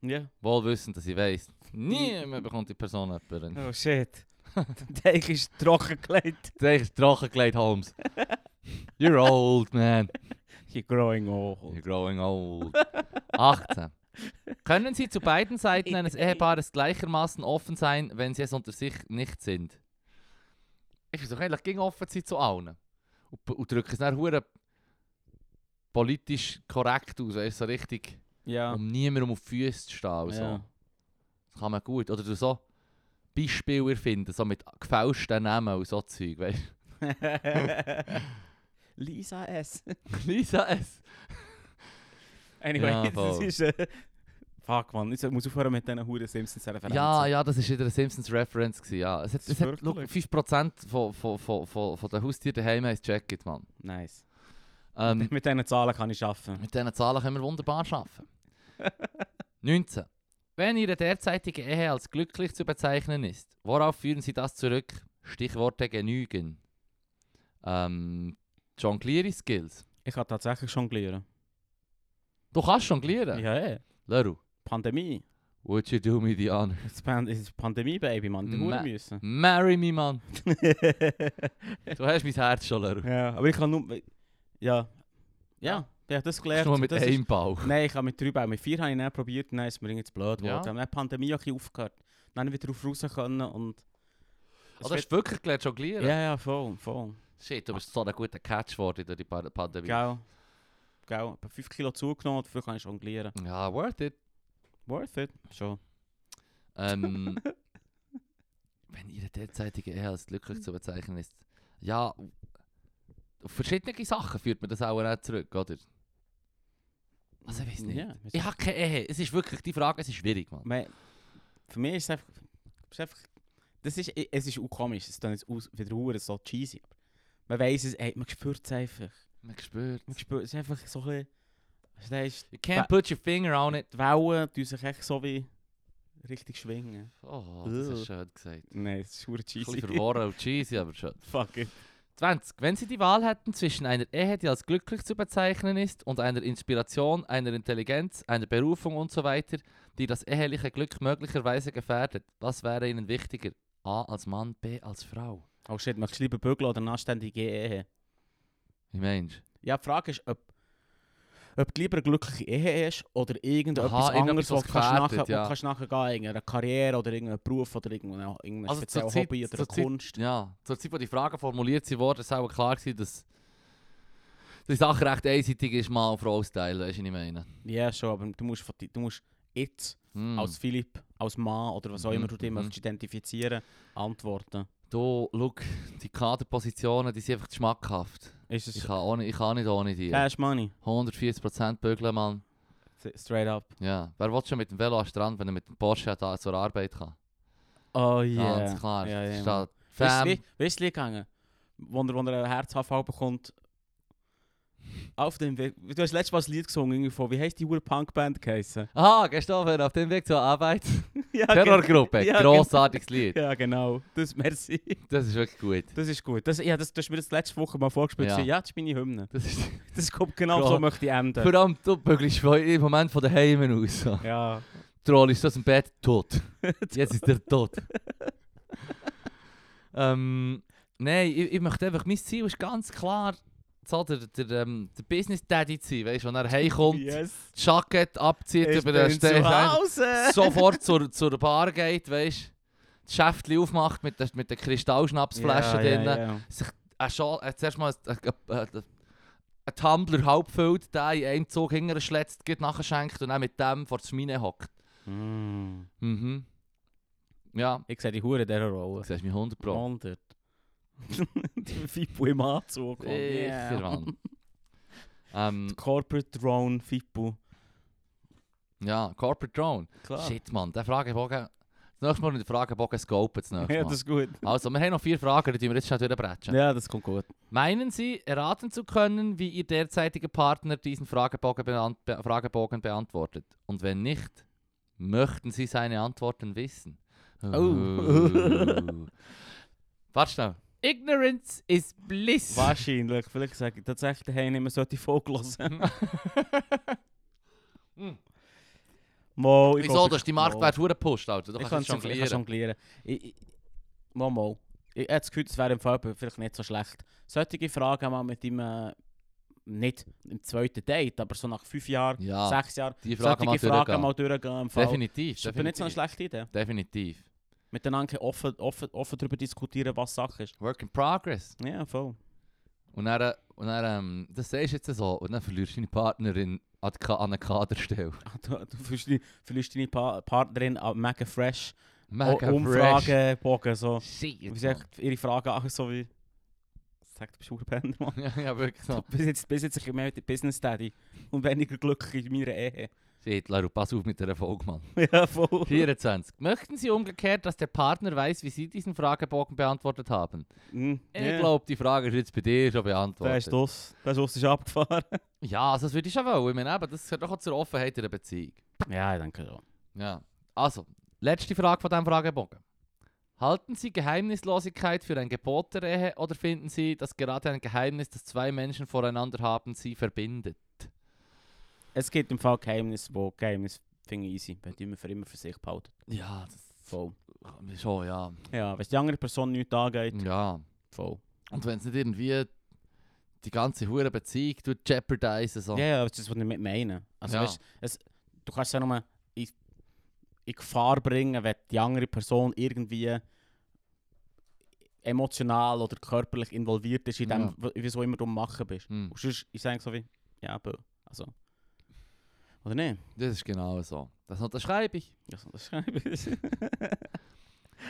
ja. Wohlwissend, dass ich weiss, niemand bekommt die Person jemanden. Oh shit. Der Teig ist trocken gelegt. Teich ist trocken gelegt, Holmes. You're old, man. You're growing You're old. growing old. 18. Können Sie zu beiden Seiten eines Ehepaares gleichermaßen offen sein, wenn Sie es unter sich nicht sind? Ich versuche eigentlich gegen offen zu sein zu allen. Und, b- und drücke es dann hure politisch korrekt aus, weißt du, so richtig, Ja. um niemandem auf die Füße zu stehen. und So. ja. Das kann man gut. Oder du so Beispiele erfinden, so mit gefälschten Namen und so Zeug, weißt du. Lisa S. Lisa S. Anyway, Ja, das voll. ist... Äh, fuck, man. Ich muss aufhören mit diesen huren Simpsons-Referenzen. Ja, ja, das war wieder eine Simpsons-Reference. gewesen, Ja. Es hat, Ist es hat, look, wirklich? 5% von, von, von, von, von den Haustieren daheim haben es gecheckt, Mann. Nice. Ähm, Mit diesen Zahlen kann ich arbeiten. mit diesen Zahlen können wir wunderbar arbeiten. 19. Wenn Ihre derzeitige Ehe als glücklich zu bezeichnen ist, worauf führen Sie das zurück? Stichworte genügen. Ähm, Jonglieri-Skills. Ich kann tatsächlich jonglieren. Du kannst jonglieren. Ja, eh. Leru, Pandemie. would you do me the honor? Es ist Pan- es ist Pandemie, Baby, man. Die Ma- Huren müssen. Marry me, Mann. Du hast mein Herz schon, Leru. ja, aber ich kann nur... Ja. Ja, ich habe das gelernt. Nur mit das ist- einem Ball. Nein, ich habe mit drei Bäumen. Mit vier habe ich nicht probiert, dann ist mir irgendwie zu blöd geworden. Ja. Dann hat die Pandemie auch ein bisschen aufgehört. Dann habe ich wieder drauf raus können und... Es Oder wird- hast du Oh, wirklich gelernt jonglieren? ja, ja, voll, voll. Shit, du bist so ein guter Catch geworden durch die Pa- Pandemie. Gell. Gell. Etwa 5 Kilo zugenommen, dafür kann ich jonglieren. Ja, worth it. Worth it. Schon. Ähm, wenn ihre derzeitige Ehe als glücklich zu bezeichnen ist. Ja, auf verschiedene Sachen führt man das auch nicht zurück, oder? Also, ich weiß nicht. Ja, Ich habe keine Ehe. Es ist wirklich, die Frage, es ist schwierig, Mann. Man, für mich ist es einfach. Ist einfach das ist, i- es ist auch komisch, es ist jetzt aus, wieder hure so cheesy. aber Man weiß es, ey, man spürt es einfach. Man spürt. Man spürt es ist einfach so ein bisschen. weisst du, You can't put your finger on it. Die Wellen tun sich echt so wie richtig schwingen. Oh, das Ugh. ist schön gesagt. Nein, es ist hure Ein cheesy. bisschen verworren und cheesy, aber schön. Fuck it. 20. Wenn Sie die Wahl hätten zwischen einer Ehe, die als glücklich zu bezeichnen ist, und einer Inspiration, einer Intelligenz, einer Berufung usw., so weiter, die das eheliche Glück möglicherweise gefährdet, was wäre Ihnen wichtiger? A als Mann, B als Frau. Oh shit, möchtest du lieber bügeln oder eine anständige Ehe? Wie meinst Ja, die Frage ist, ob, ob du lieber eine glückliche Ehe hast oder irgendetwas Aha, anderes, irgendetwas, was du kannst was gefährdet, nachher, ja. ja. kannst nachher gehen Eine Karriere oder irgendeinen Beruf oder irgendein irgendein Also spezielles zur Zeit- Hobby oder eine zur Zeit- Kunst. du? Ja, zur Zeit, wo die Fragen formuliert wurden, ist auch klar gewesen, dass die Sache recht einseitig ist, Mann und Frau Style, weißt du, was ich meine? Ja, schon, aber du musst, von di- du musst jetzt Hm. als Philipp, als Mann oder was auch Mhm, immer du dich mhm. möchtest identifizieren, antworten. Du, look, die Kaderpositionen, die sind einfach schmackhaft. Ist Ich es kann, ohne, ich kann nicht ohne die. Cash Money? 140% Bügeln, Mann. S- Straight up. Ja, wer will schon mit dem Velo an den Strand, wenn er mit dem Porsche da zur Arbeit kann? Oh yeah. Ganz klar. Ja, ja, Mann. Statt Weißt du, Fam. wie- weißt du, wie gegangen? Wo er, wo er einen Herzanfall bekommt. Auf dem Weg. Ah, Du hast letztes Mal ein Lied gesungen irgendwie von, wie heisst die Uhr Punkband geheißen? Aha, Christopher, auf dem Weg zur Arbeit. ja, Terrorgruppe, Ja, genau. grossartiges Lied. Ja, genau. Das, merci. Das ist wirklich gut. Das ist gut. Das, ja, das, das hast du mir das letzte Woche mal vorgespielt. Ja. Ja, ja das ist meine Hymne. Das ist, Das kommt genau Ja. so, möchte ich enden. vor allem, du bügelst von- im Moment von daheim aus. so. Ja. Troll ist aus dem Bett tot. Jetzt ist er tot. ähm, nein, ich, ich möchte einfach, mein Ziel ist ganz klar, so der, der, ähm, der Business Daddy zu sein. Weißt du, wenn er heimkommt, Yes. das Jacket abzieht, Ich über den bin zu Steg, Hause. sofort zur, zur Bar geht, weißt du, das Schäftchen aufmacht mit, der- mit den Kristallschnapsflaschen drin. Ja, ja, ja. Ein Schal, äh, zuerst mal ein, ein, ein, ein Tumbler halb füllt, der in einem Zug hinterher schlägt, geht nachher schenkt und dann mit dem vor der Schmine hockt. Mm. Mhm. Ja, Ich sehe die Hure dieser Rolle. du siehst mich 100 Pro. 100. die Fippo im Anzug. oh, yeah. Sicher, Mann. ähm, Corporate Drone Fippo. ja, Corporate Drone. Klar. Shit, Mann, der Fragebogen. Das nächste Mal in den Fragebogen scopen. Das nächste Ja, Mal. das ist gut. also, wir haben noch vier Fragen, die tun wir jetzt schnell durchbretschen. Ja, das kommt gut. Meinen Sie, erraten zu können, wie Ihr derzeitiger Partner diesen Fragebogen, beant be Fragebogen beantwortet? Und wenn nicht, möchten Sie seine Antworten wissen? Oh. Warte schnell. Ignorance is bliss. Wahrscheinlich. Vielleicht sage ich tatsächlich daheim nicht mehr so die Vogel Mm. hören. Mal, ich Wieso? glaub, Das ist dus die ich- Marktwert hure pusht, Alter. Du Mal. Ich kannst kann kann es jonglieren. Ich kann jonglieren. jonglieren. Ich, ich, mal, mal. Ich hätte das Gefühl, das wäre im Fall vielleicht nicht so schlecht. Solche Fragen mal mit ihm, äh, nicht im zweiten Date, aber so nach fünf Jahren, Ja, sechs Jahren, die Frage solche mal durchgehen. Fragen mal durchgehen. Im Fall. Definitiv, Das ist aber nicht so eine definitiv. schlechte Idee. Definitiv. Miteinander offen, offen, offen darüber diskutieren, was Sache ist. Work in progress. Ja, voll. Und dann, äh, und dann ähm, das sagst du jetzt so, und dann verlierst du deine Partnerin an, die Ka- an eine Kaderstelle. Ah, Du, du verlierst deine- verlierst deine pa Partnerin an mega fresh Mega O- fresh. Umfragebogen. So. Shit, Wie Mann. sagt ihre Frage auch so wie. Sagt, du bist Urpender, Mann. Ja, ja, wirklich so. Bis jetzt, bis jetzt ein bisschen mehr mit dem Business Daddy und weniger glücklich in meiner Ehe. Shit, Leru, pass auf mit der Erfolg, Mann. Ja, voll. 24. Möchten Sie umgekehrt, dass der Partner weiß, wie Sie diesen Fragebogen beantwortet haben? Mhm. Ich Ja. glaube, die Frage ist jetzt bei dir schon Der ist beantwortet. das. Der ist aus, ist abgefahren. Ja, also das würde ich schon wollen. Ich meine, eben, das gehört doch auch zur Offenheit in der Beziehung. Ja, ich denke schon. Ja. Also, letzte Frage von diesem Fragebogen. Halten Sie Geheimnislosigkeit für ein Gebot der Ehe oder finden Sie, dass gerade ein Geheimnis, das zwei Menschen voreinander haben, sie verbindet? Es gibt im Fall Geheimnisse, wo Geheimnisse finde ich easy, wenn die immer für immer für sich behalten. Ja, das Voll. schon, ja. Ja, wenn es die andere Person nichts angeht, Ja. voll. Und wenn es nicht irgendwie die ganze hure Beziehung tut jeopardizen so. Ja, ja, das ist, was ich damit meine. Also, Ja. weißt, es, du kannst es ja nur in, in Gefahr bringen, wenn die andere Person irgendwie emotional oder körperlich involviert ist, in Ja. dem, w- wieso immer du am Machen bist. Hm, Und sonst ist es eigentlich so wie, ja, aber, also. Oder nicht? das ist genau so. Das unterschreibe ich. Ja, so, das ist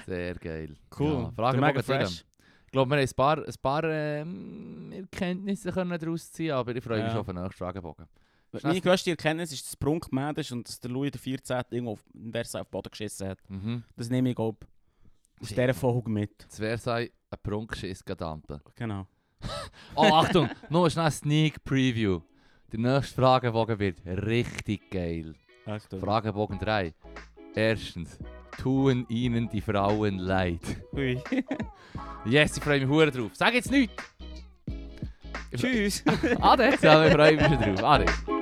Sehr geil. cool. Ja, Fragebogen Mega fresh. fresh. Ich glaube, wir haben ein paar, ein paar ähm, Erkenntnisse können daraus ziehen, aber ich freue mich Ja. schon auf den nächsten Fragebogen. Meine grösste Erkenntnis ist, dass Brunk mad ist und dass der Louis XIV irgendwo auf in Versailles auf den Boden geschissen hat. Mhm. Das nehme ich, glaube aus Shit. dieser Folge mit. Das Versailles, ein Prunkschiss gedampen. Genau. Oh, Achtung, nur schnell Sneak Preview. Der nächste Fragebogen wird richtig geil. Achtung. Fragebogen 3. Erstens, tun ihnen die Frauen leid? Ui. Yes, ich freue mich hure drauf. Sag jetzt nichts. Tschüss. Ade, ja, ich freue mich schon drauf. Ade.